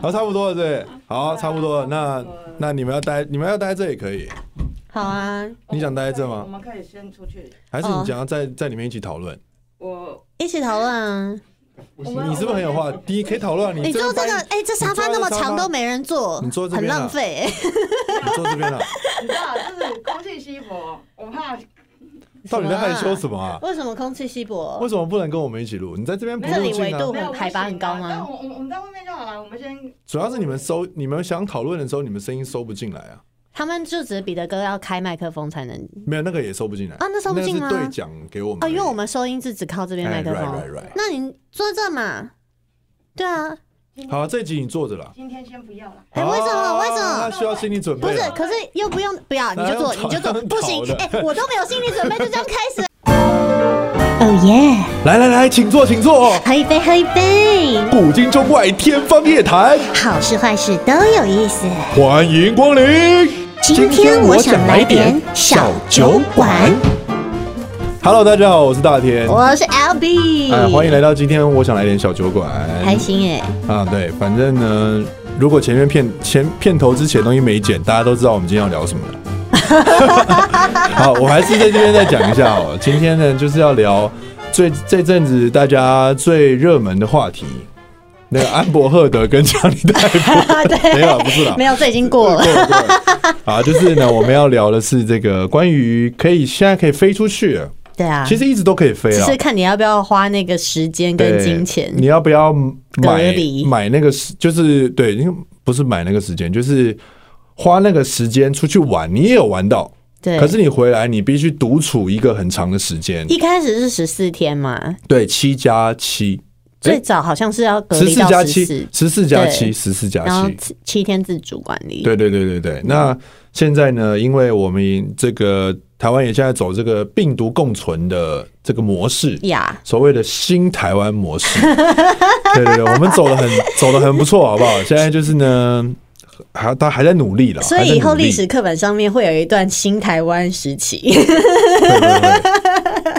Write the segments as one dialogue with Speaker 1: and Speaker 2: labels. Speaker 1: 好，差不多了，对，
Speaker 2: 啊
Speaker 1: 好，差不多了。那那你们要待，你们要待在这里可以，
Speaker 3: 好啊，
Speaker 1: 你想待在这
Speaker 2: 我
Speaker 1: 吗？
Speaker 2: 们可以先出去。
Speaker 1: 还是你想要在在里面一起讨论？
Speaker 2: 我
Speaker 3: 一起讨论
Speaker 1: 哦
Speaker 3: 啊。
Speaker 2: 我
Speaker 1: 你是不是很有话？第一可以讨论啊，
Speaker 3: 你坐这
Speaker 1: 边
Speaker 3: 个，哎，这沙发那么长都没人坐，
Speaker 1: 你坐这
Speaker 3: 很
Speaker 1: 边啊
Speaker 3: 浪费。哎
Speaker 1: 你坐这边啊 了，
Speaker 2: 你知道，就是空气稀薄，我怕
Speaker 1: 到底在害羞什么啊？
Speaker 3: 为什么空气稀薄
Speaker 1: 为？什么不能跟我们一起录？你在这边不
Speaker 3: 这
Speaker 1: 入
Speaker 3: 里
Speaker 1: 境
Speaker 3: 纬
Speaker 1: 啊
Speaker 3: 度？
Speaker 2: 没有
Speaker 3: 海拔很高吗
Speaker 2: 但我我我们在外面就好了，我们先
Speaker 1: 主要是你们收，你们想讨论的时候，你们声音收不进来啊，
Speaker 3: 他们就只是彼得哥要开麦克风才能
Speaker 1: 没有那个也收不进来
Speaker 3: 啊那收不进
Speaker 1: 那
Speaker 3: 吗
Speaker 1: 是对讲给我们
Speaker 3: 哦，因为我们收音是只靠这边麦克
Speaker 1: 哎
Speaker 3: 风。
Speaker 1: ，right，right，right
Speaker 3: 那你坐这嘛？对啊，
Speaker 1: 好，这一集你坐着了。
Speaker 2: 今天先不要了。
Speaker 3: 哎为什么
Speaker 1: 啊
Speaker 3: 为什么
Speaker 1: 那需要心理准
Speaker 3: 不
Speaker 1: 备
Speaker 3: 是
Speaker 1: 了。，
Speaker 3: 可是又不用，不要，你就做，
Speaker 1: 哪有
Speaker 3: 你就做，
Speaker 1: 讨
Speaker 3: 不行
Speaker 1: 讨，的
Speaker 3: 哎、我都没有心理准备，就这样开始。
Speaker 4: 哦耶！
Speaker 1: 来来来，请坐，请坐。哦
Speaker 4: 喝一杯，喝一杯，
Speaker 1: 古今中外，天方夜谭，
Speaker 4: 好事坏事都有意思。
Speaker 1: 欢迎光临。
Speaker 4: 今天我想来点小酒馆。
Speaker 1: Hello，大家好，我是大天。
Speaker 3: 我是 L B，、
Speaker 1: 哎，欢迎来到今天，我想来点小酒馆。
Speaker 3: 开心哎、
Speaker 1: 啊，对，反正呢，如果前面片前片头之前东西没剪，大家都知道我们今天要聊什么了。 好，我还是在这边再讲一下哦。今天呢，就是要聊最这阵子大家最热门的话题，那个安博赫德跟强尼戴 夫。
Speaker 3: 对
Speaker 1: 没有，不是啦，
Speaker 3: 没有，这已经过了。
Speaker 1: 过了过了。啊，就是呢，我们要聊的是这个关于可以现在可以飞出去了，
Speaker 3: 对啊，
Speaker 1: 其实一直都可以飞
Speaker 3: 只
Speaker 1: 了
Speaker 3: 是。看你要不要花那个时间跟
Speaker 1: 对
Speaker 3: 金钱。
Speaker 1: 你要不要买
Speaker 3: 离
Speaker 1: 买那个时，就是对，因为不是买那个时间，就是花那个时间出去玩，你也有玩到，
Speaker 3: 对，
Speaker 1: 可是你回来你必须独处一个很长的时间，
Speaker 3: 一开始是十四天嘛，
Speaker 1: 对，七加七，
Speaker 3: 最早好像是要隔
Speaker 1: 十
Speaker 3: 离
Speaker 1: 四
Speaker 3: 到
Speaker 1: 加
Speaker 3: 十
Speaker 1: 七
Speaker 3: 四，，
Speaker 1: 十四加
Speaker 3: 对
Speaker 1: 七，十四加
Speaker 3: 然后
Speaker 1: 七，
Speaker 3: 七七天自主管理。
Speaker 1: 对对对对
Speaker 3: 嗯
Speaker 1: 对。那现在呢，因为我们这个台湾也现在走这个病毒共存的这个模式，
Speaker 3: 呀，
Speaker 1: 所谓的新台湾模 式。对对对，我们走的很走的很不错，好不好？现在就是呢，还他哦还在努力了，
Speaker 3: 所以以后历史
Speaker 1: 还
Speaker 3: 课本上面会有一段新台湾时期。
Speaker 1: 在努力。对对对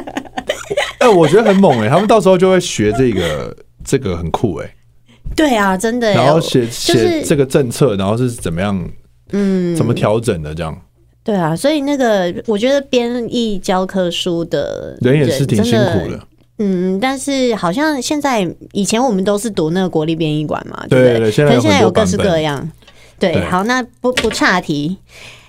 Speaker 1: 哎，我觉得很猛哎、他们到时候就会学这个，这个很酷哎、
Speaker 3: 对啊，真的耶。
Speaker 1: 然后写
Speaker 3: 就是
Speaker 1: 写这个政策，然后是怎么样，嗯，怎么调整的这样。
Speaker 3: 对啊，所以那个我觉得编译教科书的
Speaker 1: 人也是挺辛苦
Speaker 3: 真
Speaker 1: 的，
Speaker 3: 嗯，但是好像现在以前我们都是读那个国立编译馆嘛，
Speaker 1: 对
Speaker 3: 不
Speaker 1: 对现在
Speaker 3: 可
Speaker 1: 有
Speaker 3: 是现在
Speaker 1: 很多
Speaker 3: 有各式
Speaker 1: 版本
Speaker 3: 各样。对，
Speaker 1: 对
Speaker 3: 好，那不不岔题，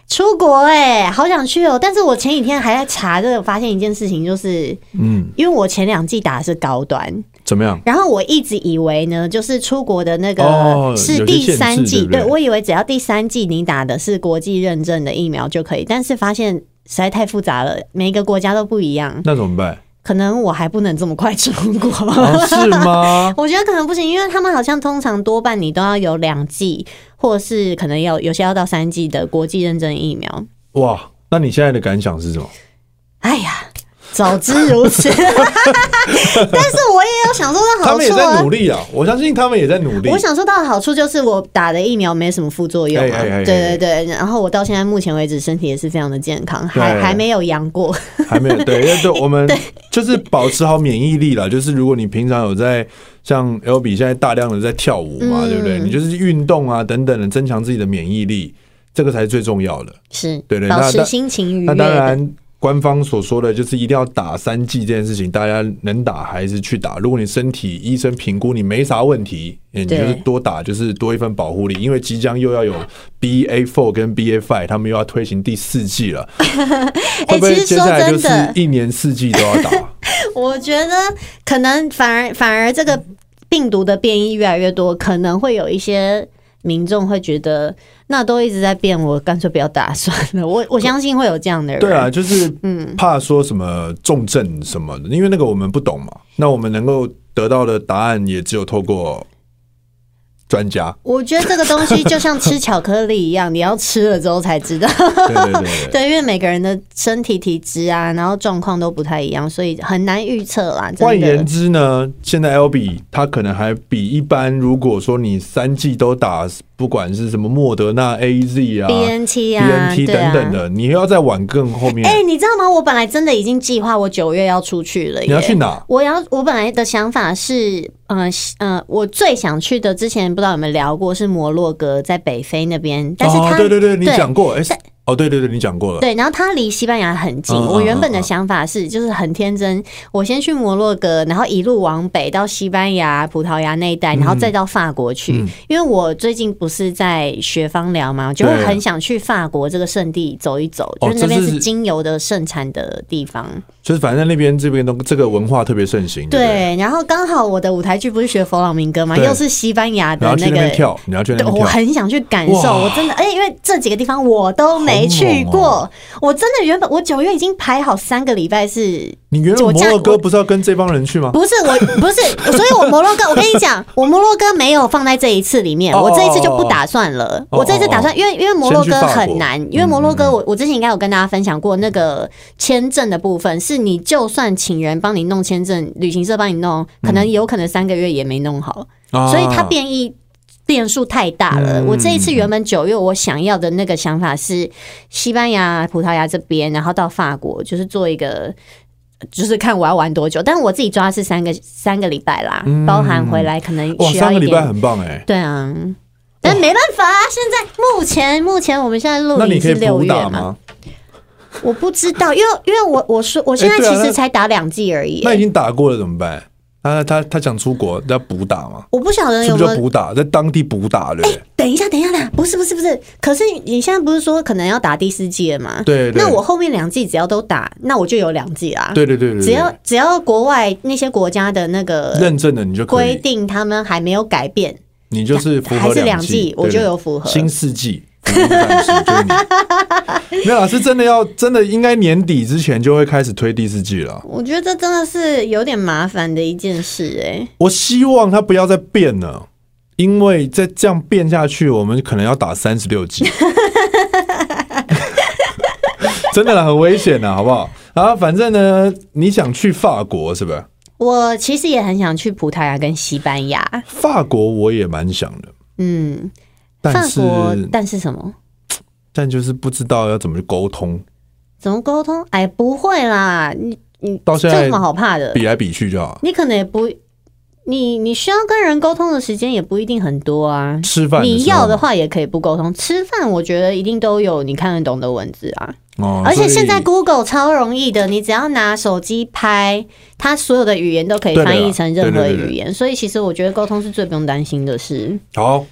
Speaker 3: 出国哎、好想去哦、但是我前几天还在查这个，发现一件事情，就是
Speaker 1: 嗯，
Speaker 3: 因为我前两季打的是高端，
Speaker 1: 怎么样？
Speaker 3: 然后我一直以为呢，就是出国的那
Speaker 1: 哦
Speaker 3: 个是
Speaker 1: 有些
Speaker 3: 第
Speaker 1: 限
Speaker 3: 三
Speaker 1: 制
Speaker 3: 季，
Speaker 1: 对不对
Speaker 3: 我以为只要第三季你打的是国际认证的疫苗就可以，但是发现实在太复杂了，每一个国家都不一样，
Speaker 1: 那怎么办？
Speaker 3: 可能我还不能这么快出国。
Speaker 1: 哦，是 吗？
Speaker 3: 我觉得可能不行，因为他们好像通常多半你都要有两剂，或是可能有有些要到三剂的国际认证疫苗。
Speaker 1: 哇，那你现在的感想是什么？
Speaker 3: 哎呀，早知如此， 但是我也有享受到
Speaker 1: 他
Speaker 3: 好
Speaker 1: 们也
Speaker 3: 处
Speaker 1: 在
Speaker 3: 啊
Speaker 1: 努。力啊，我相信他们也在努力
Speaker 3: 我。享受到的好处就是我打的疫苗没什么副作用啊，
Speaker 1: 哎哎哎哎
Speaker 3: 对对对，然后我到现在目前为止身体也是非常的健康，还
Speaker 1: 对
Speaker 3: 还没有阳过。
Speaker 1: 还没有对，因为对我们就是保持好免疫力了。就是如果你平常有在像 L B 现在大量的在跳舞嘛，对不对？你就是运动啊等等的，增强自己的免疫力，这个才是最重要的。
Speaker 3: 是，
Speaker 1: 对对
Speaker 3: 保
Speaker 1: 那
Speaker 3: 持
Speaker 1: 那
Speaker 3: 心情愉悦
Speaker 1: 那当
Speaker 3: 的。
Speaker 1: 然，官方所说的就是一定要打三剂这件事情，大家能打还是去打。如果你身体医生评估你没啥问题，你就是多打，就是多一份保护力。因为即将又要有 BA four 跟 BA five，他们又要推行第四季 了，会不会
Speaker 3: 其实
Speaker 1: 接
Speaker 3: 说
Speaker 1: 下来就
Speaker 3: 真
Speaker 1: 是
Speaker 3: 的
Speaker 1: 一年四季都 要打？
Speaker 3: 我觉得可能反而反而这个病毒的变异越来越多，可能会有一些民众会觉得，那都一直在变，我干脆不要打算了。我我相信会有这样的人。
Speaker 1: 对啊，，就是
Speaker 3: 嗯
Speaker 1: 怕说什么重症什么的，因为那个我们不懂嘛。那我们能够得到的答案也只有透过专 家。
Speaker 3: 我觉得这个东西就像吃巧克力一样，你要吃了之后才知道。
Speaker 1: 对对对对。
Speaker 3: 对，因为每个人的身体体质啊，然后状况都不太一样，所以很难预测啦。
Speaker 1: 换
Speaker 3: 真
Speaker 1: 言
Speaker 3: 的，
Speaker 1: 之呢，现在 L B 它可能还比一般，如果说你三剂都打，不管是什么莫德纳、A Z 啊、
Speaker 3: BNT 啊
Speaker 1: BNT
Speaker 3: 对啊
Speaker 1: 等等的，你又要再晚更后面。
Speaker 3: 哎、你知道吗？我本来真的已经计划我九月要出去了耶。
Speaker 1: 你要去哪？
Speaker 3: 我要，我本来的想法是，呃西呃，我最想去的，之前不知道有没有聊过，是摩洛哥，在北非那边，但是
Speaker 1: 哦
Speaker 3: 它、，
Speaker 1: 对对对，你
Speaker 3: 对
Speaker 1: 讲过，哎、是
Speaker 3: 但
Speaker 1: 哦，对对对，你讲过了，
Speaker 3: 对，然后它离西班牙很近。
Speaker 1: 嗯嗯
Speaker 3: 我原本
Speaker 1: 嗯
Speaker 3: 的
Speaker 1: 嗯
Speaker 3: 想法是，就是很天真，我先去摩洛哥，然后一路往北到西班牙、葡萄牙那一带，然后再到法国去。
Speaker 1: 嗯
Speaker 3: 因为我最近不是在学芳疗嘛，我就会
Speaker 1: 对
Speaker 3: 很想去法国这个圣地走一走，
Speaker 1: 哦
Speaker 3: 就是那边
Speaker 1: 这是
Speaker 3: 是精油的盛产的地方。
Speaker 1: 就是反正那边这边都这个文化特别盛行，对不对，
Speaker 3: 对，然后刚好我的舞台剧不是学佛朗明哥嘛，
Speaker 1: 对
Speaker 3: 又是西班牙
Speaker 1: 然
Speaker 3: 的
Speaker 1: 后去
Speaker 3: 那
Speaker 1: 那边
Speaker 3: 个
Speaker 1: 跳，你要去那
Speaker 3: 对，
Speaker 1: 边
Speaker 3: 我
Speaker 1: 跳，
Speaker 3: 很想去感受，
Speaker 1: 哇
Speaker 3: 我真的，而且因为这几个地方我都没去
Speaker 1: 好
Speaker 3: 过，
Speaker 1: 猛哦
Speaker 3: 我真的原本我九月已经排好三个礼拜是，
Speaker 1: 你原本
Speaker 3: 我
Speaker 1: 摩
Speaker 3: 这
Speaker 1: 洛
Speaker 3: 样
Speaker 1: 哥
Speaker 3: 我
Speaker 1: 不是要跟这帮人去吗？
Speaker 3: 不是我 不是，所以我摩洛哥，我跟你讲，我摩洛哥没有放在这一次里面，
Speaker 1: 哦
Speaker 3: 我这一次就不打算了，
Speaker 1: 哦
Speaker 3: 我这一次打算，因为因为摩洛哥很难
Speaker 1: 先去法，国
Speaker 3: 因为摩洛
Speaker 1: 嗯
Speaker 3: 哥我我之前应该有跟大家分享过那个签证的部分，是你就算请人帮你弄签证，旅行社帮你弄，可能
Speaker 1: 嗯
Speaker 3: 有可能三个月也没弄好。
Speaker 1: 啊
Speaker 3: 所以它变异变数太大了。
Speaker 1: 嗯
Speaker 3: 我这一次原本九月我想要的那个想法是西班牙、葡萄牙这边，然后到法国，就是做一个。就是看我要玩多久，但我自己抓的是三个三个礼拜啦，
Speaker 1: 嗯
Speaker 3: 包含回来可能
Speaker 1: 哇，
Speaker 3: 需要
Speaker 1: 上
Speaker 3: 一
Speaker 1: 个礼拜
Speaker 3: 点。
Speaker 1: 很棒哎、
Speaker 3: 对啊，但没办法啊，现在目前目前我们现在录
Speaker 1: 那你
Speaker 3: 影
Speaker 1: 可
Speaker 3: 是
Speaker 1: 以
Speaker 3: 六
Speaker 1: 补
Speaker 3: 月
Speaker 1: 打
Speaker 3: 嘛，
Speaker 1: 吗？
Speaker 3: 我不知道，因为因为我我说我现在
Speaker 1: 哎对啊
Speaker 3: 其
Speaker 1: 那
Speaker 3: 实才打两季而已、
Speaker 1: 那已经打过了怎么办？他他他想出国要补打吗？
Speaker 3: 我不晓得
Speaker 1: 是
Speaker 3: 有
Speaker 1: 不是
Speaker 3: 没有哎
Speaker 1: 叫补打？在当地补打对不对？
Speaker 3: 等一下，等一下，等一下，不是，不是，不是。可是你现在不是说可能要打第四季了吗？
Speaker 1: 对对
Speaker 3: 那我后面两季只要都打，那我就有两季啦。
Speaker 1: 欸对对对对，
Speaker 3: 只要只要国外那些国家的那个
Speaker 1: 认证的你就可
Speaker 3: 规
Speaker 1: 以，
Speaker 3: 定，他们还没有改变，
Speaker 1: 你就是符
Speaker 3: 还
Speaker 1: 合
Speaker 3: 是
Speaker 1: 两
Speaker 3: 季，我
Speaker 1: 对
Speaker 3: 就
Speaker 1: 对
Speaker 3: 有符合。
Speaker 1: 新世纪。服务范式就是你没有啊啦，是真的要真的应该年底之前就会开始推第四季了。
Speaker 3: 我觉得这真的是有点麻烦的一件事、哎，
Speaker 1: 我希望它不要再变了，因为再这样变下去，我们可能要打三十六季， 真的啦，很危险啊的，好不好？然后反正呢，你想去法国是吧？
Speaker 3: 我其实也很想去葡萄牙跟西班牙，
Speaker 1: 法国我也蛮想的，
Speaker 3: 嗯，
Speaker 1: 但
Speaker 3: 法
Speaker 1: 是
Speaker 3: 国，但是什么？
Speaker 1: 但就是不知道要怎么去沟通，
Speaker 3: 怎么沟通？哎，不会啦，你你
Speaker 1: 到现
Speaker 3: 这有
Speaker 1: 在
Speaker 3: 什么好怕的？
Speaker 1: 比来比去就好。
Speaker 3: 你可能也不，你你需要跟人沟通的时间也不一定很多啊。
Speaker 1: 吃饭
Speaker 3: 你
Speaker 1: 时候
Speaker 3: 要的话也可以不沟通，吃饭我觉得一定都有你看得懂的文字啊。
Speaker 1: 哦，
Speaker 3: 而且
Speaker 1: 所以
Speaker 3: 现在 Google 超容易的，你只要拿手机拍，它所有的语言都可以
Speaker 1: 对的啦
Speaker 3: 翻译成任
Speaker 1: 对对
Speaker 3: 何
Speaker 1: 对对
Speaker 3: 语言，所以其实我觉得沟通是最不用担心的事。
Speaker 1: 好。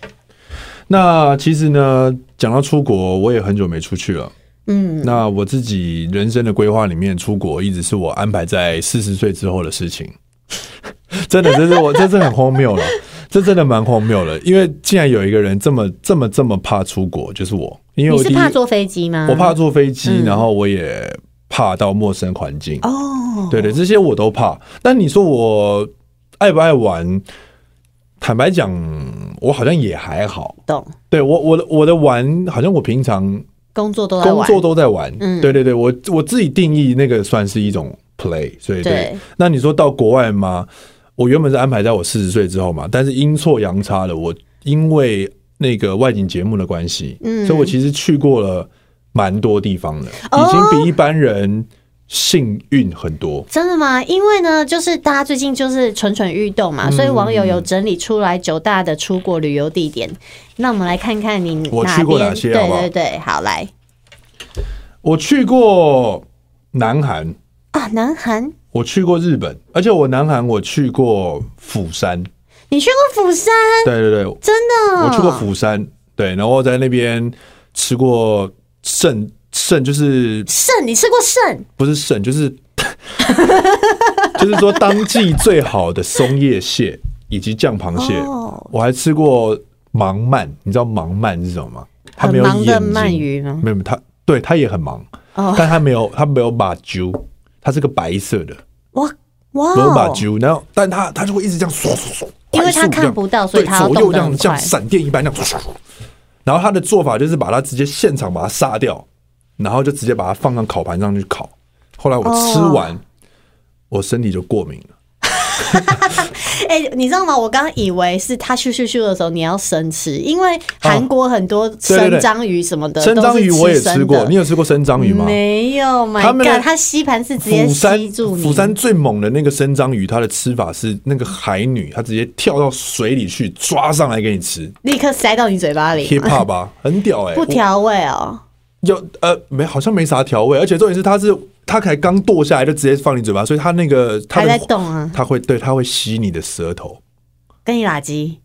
Speaker 1: 那其实呢，讲到出国，我也很久没出去了。
Speaker 3: 嗯，
Speaker 1: 那我自己人生的规划里面，出国一直是我安排在四十岁之后的事情。 真的，这是我，这是很荒谬了，这真的蛮荒谬了。因为竟然有一个人这么这么这么怕出国，就是我，因为
Speaker 3: 你
Speaker 1: 我
Speaker 3: 是
Speaker 1: 第一
Speaker 3: 怕坐飞机吗？
Speaker 1: 我怕坐飞机，
Speaker 3: 嗯
Speaker 1: 然后我也怕到陌生环境。
Speaker 3: 哦，
Speaker 1: 对对，这些我都怕。但你说我爱不爱玩？坦白讲，我好像也还好。
Speaker 3: 懂，
Speaker 1: 对我我的我的玩，好像我平常
Speaker 3: 工作都在
Speaker 1: 工
Speaker 3: 玩，
Speaker 1: 作都在玩。
Speaker 3: 嗯
Speaker 1: 对对对，我我自己定义那个算是一种 play，所以对。
Speaker 3: 对
Speaker 1: 那你说到国外吗？我原本是安排在我四十岁之后嘛，但是阴错阳差的，我因为那个外景节目的关系，
Speaker 3: 嗯
Speaker 1: 所以我其实去过了蛮多地方的，
Speaker 3: 哦
Speaker 1: 已经比一般人幸运很多。
Speaker 3: 真的吗？因为呢，就是大家最近就是蠢蠢欲动
Speaker 1: 嗯
Speaker 3: 嘛，所以网友有整理出来九大的出国旅游地点。那我们来看看你哪边
Speaker 1: 我去过哪些好
Speaker 3: 对
Speaker 1: 不好
Speaker 3: 对对，好来
Speaker 1: 我去过南韩，
Speaker 3: 啊，南韩，
Speaker 1: 我去过日本，而且我南韩我去过釜山，
Speaker 3: 你去过釜山？哦
Speaker 1: 对对对，
Speaker 3: 真的？
Speaker 1: 我去过釜山，对，然后在那边吃过肾肾，就是
Speaker 3: 肾，你吃过肾？
Speaker 1: 不是肾，就是 就是说当季最好的松叶蟹以及酱螃蟹，
Speaker 3: 哦，
Speaker 1: 我还吃过盲鳗，你知道盲鳗是什么吗？它
Speaker 3: 很
Speaker 1: 没有
Speaker 3: 忙的
Speaker 1: 眼睛，
Speaker 3: 鳗鱼吗？
Speaker 1: 没有，没有它对它也很忙，
Speaker 3: 哦，
Speaker 1: 但它没有它没有把揪，它是个白色的。
Speaker 3: 哇哇
Speaker 1: 没有把
Speaker 3: 哦，
Speaker 1: 揪，然后但它它就会一直这样唰唰唰，
Speaker 3: 因为
Speaker 1: 快
Speaker 3: 它
Speaker 1: 速这样
Speaker 3: 看不到所以
Speaker 1: 对
Speaker 3: 它要
Speaker 1: 左
Speaker 3: 动
Speaker 1: 右这
Speaker 3: 得
Speaker 1: 样
Speaker 3: 很
Speaker 1: 像
Speaker 3: 快
Speaker 1: 闪电一般这样唰唰唰。然后它的做法就是把它直接现场把它杀掉，然后就直接把它放
Speaker 3: 哦
Speaker 1: 上烤盘上去烤。后来我吃完，我身体就过敏了。
Speaker 3: 哎、你知道吗？我刚以为是他咻咻咻的时候你要生吃，因为韩国很多生章鱼什么的，
Speaker 1: 生章鱼我也吃过，你
Speaker 3: 有
Speaker 1: 有吃过生章鱼吗？
Speaker 3: 没有，My
Speaker 1: 他们的
Speaker 3: God，它吸盘是直接
Speaker 1: 釜
Speaker 3: 吸
Speaker 1: 山
Speaker 3: 住你。
Speaker 1: 釜山最猛的那个生章鱼，它的吃法是那个海女，她直接跳到水里去抓上来给你吃
Speaker 3: 立刻塞到你嘴巴里
Speaker 1: ，hip，hop 吧，很屌哎、欸，
Speaker 3: 不调味哦。
Speaker 1: 有呃没好像没啥调味，而且重点是它是它才刚剁下来就直接放你嘴巴，所以它那个它
Speaker 3: 还
Speaker 1: 的
Speaker 3: 在动啊，
Speaker 1: 它会对它会吸你的舌头，
Speaker 3: 跟你垃圾，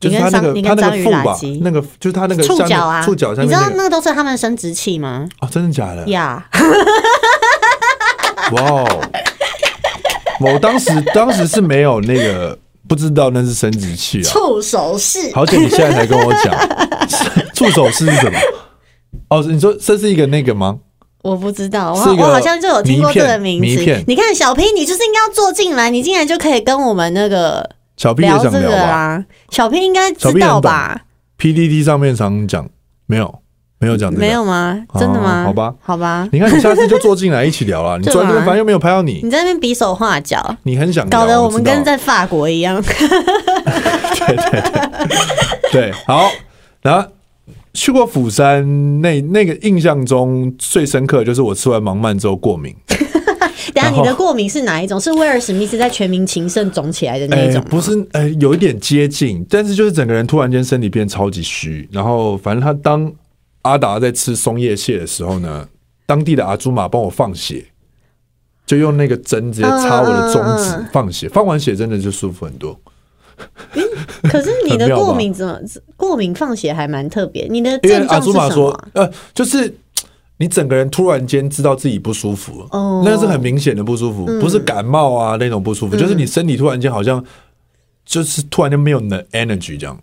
Speaker 1: 就是它那个
Speaker 3: 你
Speaker 1: 它
Speaker 3: 跟
Speaker 1: 那
Speaker 3: 章
Speaker 1: 个
Speaker 3: 你
Speaker 1: 腹
Speaker 3: 跟章鱼
Speaker 1: 吧
Speaker 3: 垃，圾，
Speaker 1: 那个就是它那个
Speaker 3: 触
Speaker 1: 像
Speaker 3: 角
Speaker 1: 那
Speaker 3: 啊，
Speaker 1: 个触角下
Speaker 3: 你
Speaker 1: 面
Speaker 3: 知道
Speaker 1: 那个
Speaker 3: 那个都是他们的生殖器吗？
Speaker 1: 哦，真的假的？
Speaker 3: 呀、
Speaker 1: 哇哦！我当时当时是没有那个不知道那是生殖器啊，
Speaker 3: 触手式，
Speaker 1: 好久你现在才跟我 讲，是触手式是什么？哦，你说这是一个那个吗？
Speaker 3: 我不知道，我好
Speaker 1: 是一个
Speaker 3: 我好像就有听过这个名
Speaker 1: 迷片迷
Speaker 3: 字
Speaker 1: 片。
Speaker 3: 你看小 P，你就是应该要坐进来，你竟然就可以跟我们那个
Speaker 1: 小 P 也
Speaker 3: 聊
Speaker 1: 想
Speaker 3: 这个啊
Speaker 1: 聊吧
Speaker 3: 啦。小 P 应该知
Speaker 1: 小 P
Speaker 3: 道
Speaker 1: 很
Speaker 3: 吧？
Speaker 1: ？PDD 上面常讲没有没有讲这个，
Speaker 3: 没有吗？真的吗？
Speaker 1: 哦好吧，
Speaker 3: 好吧。
Speaker 1: 你看，你下次就坐进来一起聊 啦。你
Speaker 3: 对啊
Speaker 1: 坐在这边，反正又没有拍到你，
Speaker 3: 你在那边比手画脚，
Speaker 1: 你很想聊
Speaker 3: 搞得我
Speaker 1: 我
Speaker 3: 们
Speaker 1: 知道
Speaker 3: 跟在法国一样。
Speaker 1: 对好，然后去过釜山那那个印象中最深刻的就是我吃完芒蔓之后过 敏，
Speaker 3: 等下
Speaker 1: 然后
Speaker 3: 你的过敏是哪一种？是威尔史密斯在《全民情圣》肿起来的那一
Speaker 1: 哎、
Speaker 3: 种吗？
Speaker 1: 不是，哎、有一点接近，但是就是整个人突然间身体变超级虚，然后反正他当阿达在吃松叶蟹的时候呢，当地的阿朱玛帮我放血。就用那个针直接插我的中指
Speaker 3: 嗯嗯嗯
Speaker 1: 放血，放完血真的就舒服很多。
Speaker 3: 可是你的
Speaker 1: 很妙吧
Speaker 3: 过敏怎么过敏放血还蛮特别？你的
Speaker 1: 因为
Speaker 3: 症
Speaker 1: 阿
Speaker 3: 状是
Speaker 1: 祖
Speaker 3: 什么
Speaker 1: 玛
Speaker 3: 啊？
Speaker 1: 说，呃，就是你整个人突然间知道自己不舒服了，
Speaker 3: 哦嗯
Speaker 1: 那是很明显的不舒服，不是感冒啊那种不舒服，就是你身体突然间好像就是突然间没有能 energy 这样，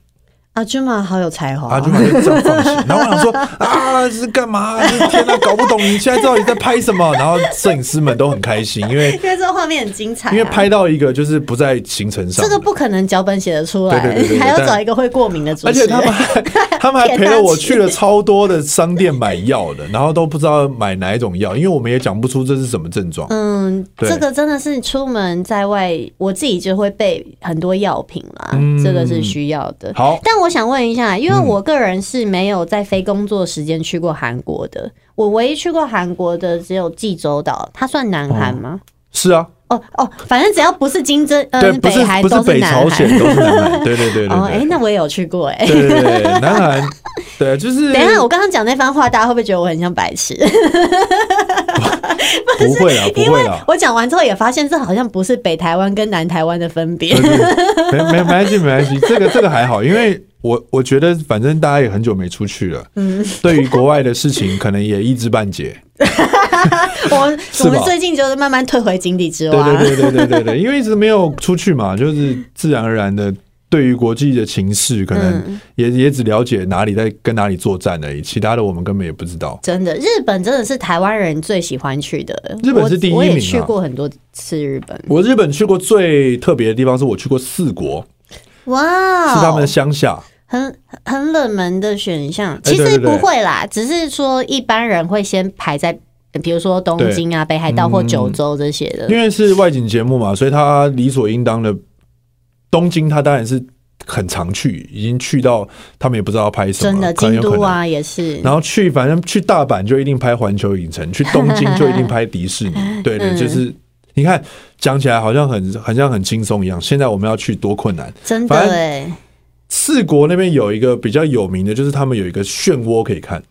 Speaker 3: 阿君玛好有才华，
Speaker 1: 阿祖玛就这样 放弃。然后我想说啊，这是干嘛？这天哪，搞不懂你现在到底在拍什么？然后摄影师们都很开心，因为
Speaker 3: 因为这个画面很精彩、啊，
Speaker 1: 因为拍到一个就是不在行程上
Speaker 3: 这
Speaker 1: 的，
Speaker 3: 个不可能脚本写得出来，
Speaker 1: 对对对对对
Speaker 3: 还要找
Speaker 1: 但
Speaker 3: 一个会过敏的主
Speaker 1: 而且
Speaker 3: 持人。
Speaker 1: 他们 还他们还陪了我去了超多的商店买药的，然后都不知道买哪一种药，因为我们也讲不出这是什么症状。
Speaker 3: 嗯，
Speaker 1: 对
Speaker 3: 这个真的是出门在外，我自己就会备很多药品啦，
Speaker 1: 嗯
Speaker 3: 这个是需要的。
Speaker 1: 好
Speaker 3: 但我想问一下，因为我个人是没有在非工作时间去过韩国的，我唯一去过韩国的只有济州岛，它算南韩吗？
Speaker 1: 是啊，
Speaker 3: 哦哦，反正只要不是金正恩、
Speaker 1: 对，不
Speaker 3: 嗯北
Speaker 1: 是
Speaker 3: 韩
Speaker 1: 不
Speaker 3: 都
Speaker 1: 是北
Speaker 3: 南
Speaker 1: 朝
Speaker 3: 韩。
Speaker 1: 鲜都是南韩，对对对对
Speaker 3: 哦，哎、
Speaker 1: 对
Speaker 3: 那我也有去过哎、
Speaker 1: 对对对， 南韩，对，就是
Speaker 3: 等一下，我刚刚讲那番话，大家会不会觉得我很像白痴？
Speaker 1: 不会啦，不
Speaker 3: 因
Speaker 1: 会
Speaker 3: 为
Speaker 1: 啦，
Speaker 3: 我讲完之后也发现，这好像不是北台湾跟南台湾的分别
Speaker 1: 对。对对没没没关系没 关系，这个这个还好，因为我我觉得反正大家也很久没出去了，嗯，对于国外的事情可能也一知半解，
Speaker 3: 我们
Speaker 1: 是
Speaker 3: 我
Speaker 1: 吧
Speaker 3: 们最近就是慢慢退回井底之
Speaker 1: 对
Speaker 3: 蛙。
Speaker 1: 对对对对对对，因为一直没有出去嘛，就是自然而然的。对于国际的情势，可能也、也只了解哪里在跟哪里作战而已，其他的我们根本也不知道。
Speaker 3: 真的，日本真的是台湾人最喜欢去的。
Speaker 1: 日本是第一名啊
Speaker 3: 我我也去过很多次日本。
Speaker 1: 我日本去过最特别的地方是我去过四国，
Speaker 3: 哇、哦
Speaker 1: 是他们的乡下。
Speaker 3: 很很冷门的选项。
Speaker 1: 哎
Speaker 3: 其
Speaker 1: 对
Speaker 3: 实
Speaker 1: 对对
Speaker 3: 不会啦，只是说一般人会先排在，比如说东京啊、北海道或九州这些的。
Speaker 1: 嗯因为是外景节目嘛，所以他理所应当的东京，他当然是很常去，已经去到他们也不知道要拍什么，
Speaker 3: 真的，
Speaker 1: 可能
Speaker 3: 京
Speaker 1: 有可
Speaker 3: 都
Speaker 1: 能。
Speaker 3: 啊也是。
Speaker 1: 然后去，反正去大阪就一定拍环球影城，去东京就一定拍迪 士尼。对对，
Speaker 3: 嗯
Speaker 1: 就是你看讲起来好像很很像很轻松一样，现在我们要去多困难。
Speaker 3: 真的
Speaker 1: 反正
Speaker 3: 哎、
Speaker 1: 四国那边有一个比较有名的，就是他们有一个漩涡可以看。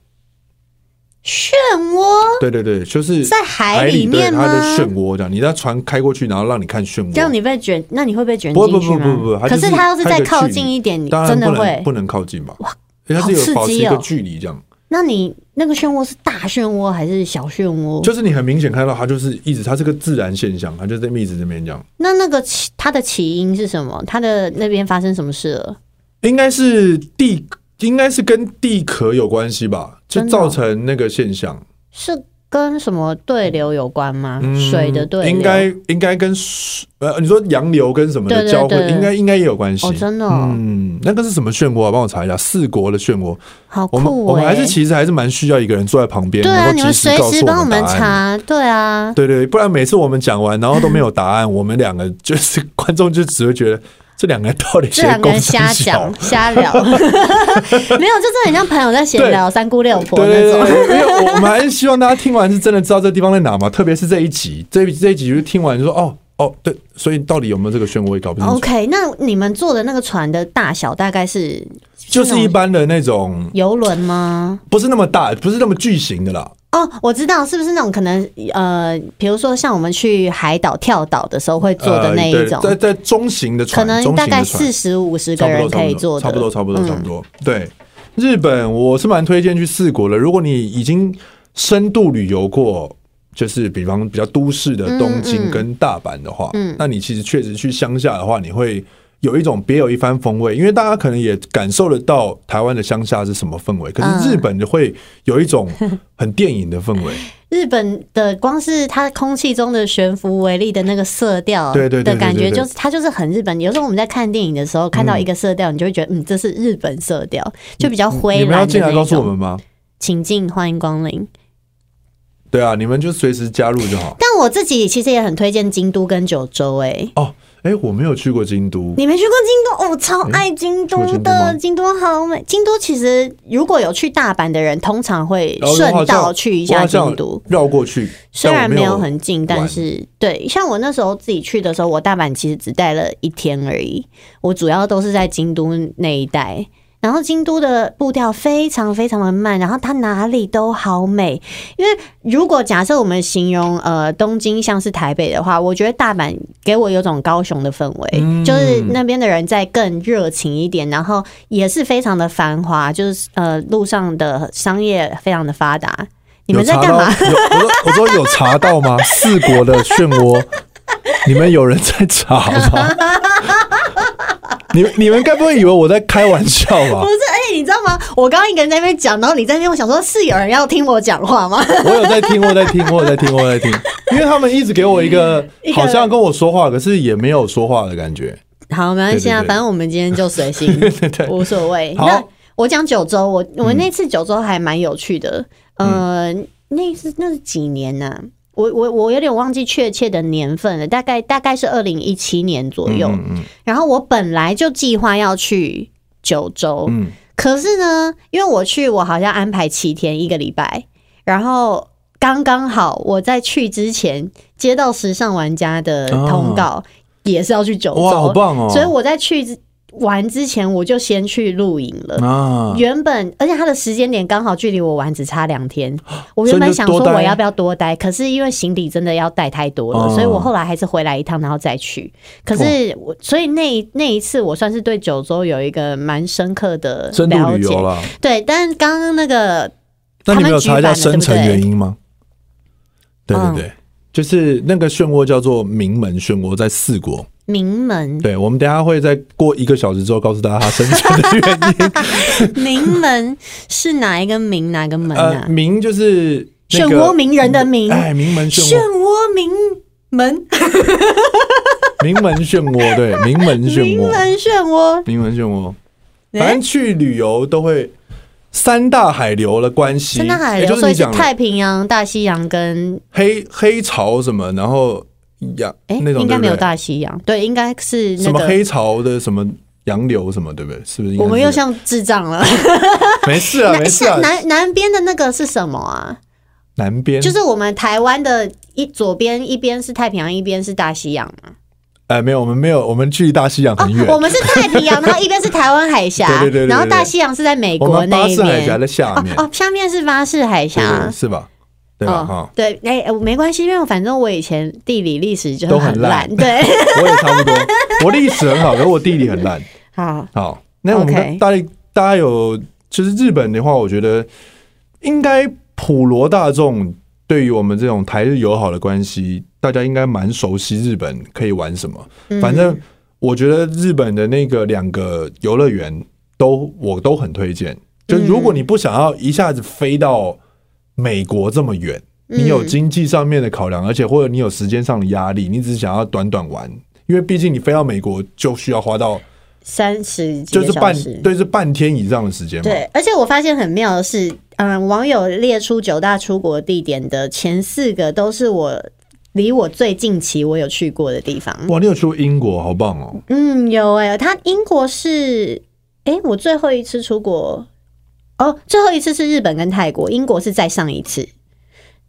Speaker 3: 漩涡
Speaker 1: 对对对，就是
Speaker 3: 在海
Speaker 1: 对
Speaker 3: 里面
Speaker 1: 它的
Speaker 3: 吗
Speaker 1: 漩涡这样，你在船开过去，然后让你看漩涡，
Speaker 3: 让你被卷，那你会被卷
Speaker 1: 不
Speaker 3: 进
Speaker 1: 不
Speaker 3: 去
Speaker 1: 不
Speaker 3: 吗？
Speaker 1: 不不，它
Speaker 3: 可
Speaker 1: 就是
Speaker 3: 它要是
Speaker 1: 它有
Speaker 3: 再
Speaker 1: 个
Speaker 3: 靠
Speaker 1: 距
Speaker 3: 近
Speaker 1: 离
Speaker 3: 一点，你
Speaker 1: 当然
Speaker 3: 真的
Speaker 1: 不能
Speaker 3: 会
Speaker 1: 不。能靠近吧？因为它是
Speaker 3: 好
Speaker 1: 有保持
Speaker 3: 刺激
Speaker 1: 一个
Speaker 3: 哦
Speaker 1: 距离这样，
Speaker 3: 那你那个漩涡是大漩涡还是小漩涡？
Speaker 1: 就是你很明显看到它就是一直，它是个自然现象，它就在那边一直这边这样。
Speaker 3: 那那个起它的起因是什么？它的那边发生什么事了？
Speaker 1: 应该是地，应该是跟地壳有关系吧，就
Speaker 3: 真的哦
Speaker 1: 造成那个现象。
Speaker 3: 是跟什么对流有关吗？水的对
Speaker 1: 嗯
Speaker 3: 流
Speaker 1: 应该应该跟水呃，你说洋流跟什么
Speaker 3: 对
Speaker 1: 的
Speaker 3: 对
Speaker 1: 交汇，
Speaker 3: 对
Speaker 1: 应该应该也有关系。
Speaker 3: 哦，真的、哦
Speaker 1: 嗯，那个是什么漩涡啊？帮我查一下，四国的漩涡。
Speaker 3: 好酷、
Speaker 1: 我
Speaker 3: 欸、
Speaker 1: 们我们还是其实还是蛮需要一个人坐在旁边，
Speaker 3: 对啊，
Speaker 1: 能够
Speaker 3: 你
Speaker 1: 及
Speaker 3: 们
Speaker 1: 时
Speaker 3: 随
Speaker 1: 告
Speaker 3: 时
Speaker 1: 诉
Speaker 3: 帮我
Speaker 1: 们
Speaker 3: 们
Speaker 1: 答案。
Speaker 3: 查，对啊，
Speaker 1: 对对，不然每次我们讲完，然后都没有答案，我们两个就是观众就只会觉得这两个人到底
Speaker 3: 这
Speaker 1: 谁
Speaker 3: 两个
Speaker 1: 公
Speaker 3: 人
Speaker 1: 司
Speaker 3: 瞎
Speaker 1: 小
Speaker 3: 讲 瞎聊，没有，就真的很像朋友在闲聊三姑六婆
Speaker 1: 对
Speaker 3: 那
Speaker 1: 对
Speaker 3: 种。
Speaker 1: 对，因为我们还是希望大家听完是真的知道这地方在哪嘛，特别是这一集，这一这一集就是听完就说哦哦对，所以到底有没有这个漩涡也搞不清楚
Speaker 3: OK，那你们坐的那个船的大小大概是哦
Speaker 1: 就是
Speaker 3: 那
Speaker 1: 一
Speaker 3: 种
Speaker 1: 般的那种
Speaker 3: 游轮吗？
Speaker 1: 不是那么大，不是那么巨型的啦，
Speaker 3: 哦，我知道，是不是那种可能呃，比如说像我们去海岛跳岛的时候会坐的那一种，
Speaker 1: 呃对在在中型的
Speaker 3: 可
Speaker 1: 船，
Speaker 3: 能
Speaker 1: 中
Speaker 3: 大
Speaker 1: 型
Speaker 3: 概
Speaker 1: 的船
Speaker 3: 四十五十
Speaker 1: 差
Speaker 3: 个
Speaker 1: 不
Speaker 3: 人
Speaker 1: 多
Speaker 3: 可以坐的，
Speaker 1: 差不多差不多差不多差不
Speaker 3: 嗯
Speaker 1: 多。对，日本我是蛮推荐去四国的。如果你已经深度旅游过，就是比方比较都市的东
Speaker 3: 嗯
Speaker 1: 京
Speaker 3: 嗯
Speaker 1: 跟大阪的话，
Speaker 3: 嗯
Speaker 1: 那你其实确实去乡下的话，你会。有一种别有一番风味，因为大家可能也感受得到台湾的乡下是什么氛
Speaker 3: 嗯
Speaker 1: 围，可是日本就会有一种很电影的氛围，
Speaker 3: 日本的光是它空气中的悬浮微粒的那个色调，
Speaker 1: 对对对对
Speaker 3: 的感
Speaker 1: 对
Speaker 3: 觉，
Speaker 1: 对
Speaker 3: 就是它就是很日本。有时候我们在看电影的时候看到一个色调，你就会觉得嗯，这是日本色调，就比较灰
Speaker 1: 嗯你们要
Speaker 3: 蓝的
Speaker 1: 进来
Speaker 3: 那
Speaker 1: 告
Speaker 3: 一
Speaker 1: 诉我
Speaker 3: 种。
Speaker 1: 们吗？
Speaker 3: 请进，欢迎光临。
Speaker 1: 对啊，你们就随时加入就好。
Speaker 3: 但我自己其实也很推荐京都跟九州、哎，
Speaker 1: 哦，哎、我没有去过京都，
Speaker 3: 你没去过京都，哦我、超爱京都
Speaker 1: 哎去过京都吗
Speaker 3: 的，京都好美。京都其实如果有去大阪的人，通常会
Speaker 1: 然后哦我好
Speaker 3: 顺
Speaker 1: 像
Speaker 3: 道去一
Speaker 1: 我
Speaker 3: 下
Speaker 1: 好像
Speaker 3: 京都。
Speaker 1: 绕过去，
Speaker 3: 虽
Speaker 1: 但
Speaker 3: 然
Speaker 1: 我
Speaker 3: 没
Speaker 1: 没
Speaker 3: 有很近，但
Speaker 1: 玩
Speaker 3: 是对，像我那时候自己去的时候，我大阪其实只待了一天而已，我主要都是在京都那一带。然后京都的步调非常非常的慢，然后它哪里都好美。因为如果假设我们形容呃东京像是台北的话，我觉得大阪给我有种高雄的氛围，
Speaker 1: 嗯
Speaker 3: 就是那边的人在更热情一点，然后也是非常的繁华，就是呃路上的商业非常的发达。你们在干嘛？
Speaker 1: 有查到？有我说我说有查到吗？ 四国的漩涡，你们有人在查吗？你们你们该不会以为我在开玩笑吧
Speaker 3: 不？是，哎、你知道吗？我刚刚一个人在那边讲，然后你在那边，我想说，是有人要听我讲话吗？
Speaker 1: 我有在听，我有在听，我有在听，我有在听，因为他们一直给我一个
Speaker 3: 嗯一个
Speaker 1: 好像跟我说话，可是也没有说话的感觉。
Speaker 3: 好，没关系啊，
Speaker 1: 对对对
Speaker 3: 反正我们今天就随性， 无所谓。
Speaker 1: 好
Speaker 3: 那我讲九州，我我那次九州还蛮有趣的，
Speaker 1: 嗯
Speaker 3: 呃，那是那是几年呢、我我我有点忘记确切的年份了，大概大概是二零一七年左右。
Speaker 1: 嗯嗯
Speaker 3: 然后我本来就计划要去九州，
Speaker 1: 嗯，
Speaker 3: 可是呢，因为我去，我好像安排七天一个礼拜，然后刚刚好我在去之前接到时尚玩家的通告，也是要去九
Speaker 1: 嗯哦哇，好
Speaker 3: 州，
Speaker 1: 棒哦！
Speaker 3: 所以我在去之玩之前，我就先去露营了。
Speaker 1: 啊，
Speaker 3: 原本，而且它的时间点刚好距离我玩只差 两天。我
Speaker 1: 所以
Speaker 3: 原本
Speaker 1: 就
Speaker 3: 想
Speaker 1: 多
Speaker 3: 说
Speaker 1: 待
Speaker 3: 我要不要多待，可是因为行李真的要带太多了，
Speaker 1: 哦
Speaker 3: 所以我后来还是回来一趟，然后再去。可是我，所以那一那一次，我算是对九州有一个蛮深刻的
Speaker 1: 深度
Speaker 3: 了
Speaker 1: 旅
Speaker 3: 解
Speaker 1: 游。啦。
Speaker 3: 对，但刚刚那个
Speaker 1: 那你们有
Speaker 3: 他们举
Speaker 1: 查一下
Speaker 3: 办的
Speaker 1: 深层
Speaker 3: 对不对
Speaker 1: 原因吗？对对
Speaker 3: 嗯
Speaker 1: 对，就是那个漩涡叫做名门漩涡，在四国。
Speaker 3: 名门，
Speaker 1: 对，我们等一下会再过一个小时之后告诉大家它生成的原 因。
Speaker 3: 名门是哪一个名？哪个门
Speaker 1: 呃，
Speaker 3: 啊？
Speaker 1: 名就是、那
Speaker 3: 漩
Speaker 1: 个、
Speaker 3: 涡鸣人的鸣，
Speaker 1: 哎，名门漩
Speaker 3: 漩
Speaker 1: 涡，
Speaker 3: 涡鸣门，
Speaker 1: 名门漩涡， 对，名门漩
Speaker 3: 名
Speaker 1: 涡，
Speaker 3: 门漩涡。
Speaker 1: 名门漩涡。
Speaker 3: 哎
Speaker 1: 反正去旅游都会三大海流的关系，
Speaker 3: 三大海
Speaker 1: 也
Speaker 3: 流，
Speaker 1: 就是
Speaker 3: 所以
Speaker 1: 你
Speaker 3: 是
Speaker 1: 讲的
Speaker 3: 太平洋、大西洋跟
Speaker 1: 黑黑潮什么，然后洋、
Speaker 3: 哎，
Speaker 1: 那种
Speaker 3: 应该没有
Speaker 1: 对不对
Speaker 3: 大西洋，对，应该是那
Speaker 1: 什么
Speaker 3: 个。
Speaker 1: 黑潮的什么洋流什么，对不对？是不是应该是这个？
Speaker 3: 我们又像智障了。
Speaker 1: 没事啊，没事啊
Speaker 3: 南，南南边的那个是什么啊？
Speaker 1: 南边
Speaker 3: 就是我们台湾的一左边一边是太平洋，一边是大西洋嘛。
Speaker 1: 哎，没有，我们没有，我们距离大西洋
Speaker 3: 哦
Speaker 1: 很远，，
Speaker 3: 我们是太平洋，然后一边是台湾海峡，
Speaker 1: 对 对对对对
Speaker 3: 然后大西洋是在美
Speaker 1: 我
Speaker 3: 国
Speaker 1: 们
Speaker 3: 那
Speaker 1: 巴
Speaker 3: 一
Speaker 1: 士海峡
Speaker 3: 边。
Speaker 1: 在下面，
Speaker 3: 哦，下面是巴士海
Speaker 1: 对对
Speaker 3: 峡
Speaker 1: 对，是吧？对吧？哈、
Speaker 3: 哦，对，哎、我没关系，因为我反正我以前地理历史就
Speaker 1: 都很
Speaker 3: 很
Speaker 1: 烂
Speaker 3: 烂，对，
Speaker 1: 我也差不多，我历史很好，可是我地理很烂。
Speaker 3: 好，
Speaker 1: 好，那我们
Speaker 3: OK
Speaker 1: 大家大家有就是日本的话，我觉得应该普罗大众对于我们这种台日友好的关系，大家应该蛮熟悉日本可以玩什么。
Speaker 3: 嗯
Speaker 1: 反正我觉得日本的那个两个游乐园都我
Speaker 3: 嗯
Speaker 1: 都很推荐。就如果你不想要一下子飞到美国这么远，
Speaker 3: 嗯
Speaker 1: 你有经济上面的考量，而且或者你有时间上的压力，你只是想要短短玩，因为毕竟你飞到美国就需要花到
Speaker 3: 三十几
Speaker 1: 就
Speaker 3: 个
Speaker 1: 是
Speaker 3: 小
Speaker 1: 半
Speaker 3: 时，
Speaker 1: 对是半天以上的时间嘛。
Speaker 3: 对，而且我发现很妙的是，嗯，网友列出九大出国地点的前四个都是我离我最近期我有去过的地方。
Speaker 1: 哇，你有去过英国，好棒哦！
Speaker 3: 嗯，有哎、他英国是，哎、我最后一次出国，哦，最后一次是日本跟泰国，英国是再上一次。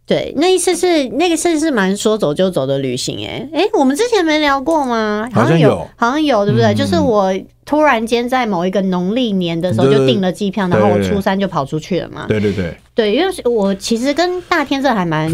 Speaker 3: 对，那一次是那个次是蛮说走就走的旅行、欸，哎我们之前没聊过吗？
Speaker 1: 好像
Speaker 3: 像
Speaker 1: 有
Speaker 3: 好像有，对不对？
Speaker 1: 嗯
Speaker 3: 就是我突然间在某一个农历年的时候
Speaker 1: 你就
Speaker 3: 就订了机票，
Speaker 1: 对
Speaker 3: 然后我
Speaker 1: 对对
Speaker 3: 初三就跑出去了嘛。
Speaker 1: 对对对，
Speaker 3: 对，因为是我其实跟大天这 还蛮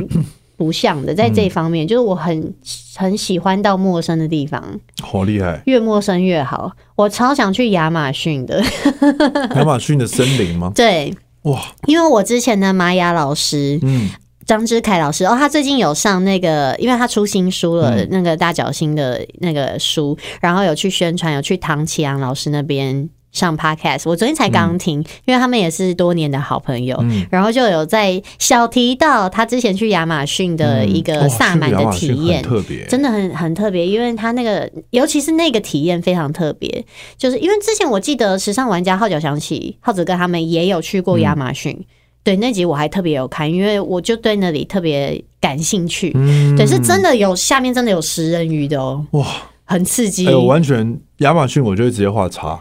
Speaker 3: 不像的，在这一方面，就是我很很喜欢到陌生的地方，！
Speaker 1: 好厉害
Speaker 3: 越陌生越好。我超想去亚马逊的，
Speaker 1: 亚马逊的森林吗？
Speaker 3: 对，
Speaker 1: 哇，
Speaker 3: 因为我之前的玛雅老师
Speaker 1: 嗯，
Speaker 3: 张之凯老师，哦，他最近有上那个，因为他出新书了，
Speaker 1: 嗯
Speaker 3: 那个大脚星的那个书，然后有去宣传，有去唐启阳老师那边。上 podcast，我昨天才刚听，因为他们也是多年的好朋友，
Speaker 1: 嗯
Speaker 3: 然后就有在小提到他之前去亚马逊的一个
Speaker 1: 哇
Speaker 3: 萨满
Speaker 1: 嗯哦去
Speaker 3: 的
Speaker 1: 亚马逊
Speaker 3: 体验，
Speaker 1: 很特别，
Speaker 3: 真的很很特别，因为他那个，尤其是那个体验非常特别，就是因为之前我记得时尚玩家号角响起，浩子哥他们也有去
Speaker 1: 嗯
Speaker 3: 过亚马逊，对那集我还特别有看，因为我就对那里特别感兴趣，
Speaker 1: 嗯
Speaker 3: 对，是真的有下面真的有食人鱼的哦，
Speaker 1: 哇！
Speaker 3: 很刺激，
Speaker 1: 哎、我完全亚马逊，我就会直接画 叉，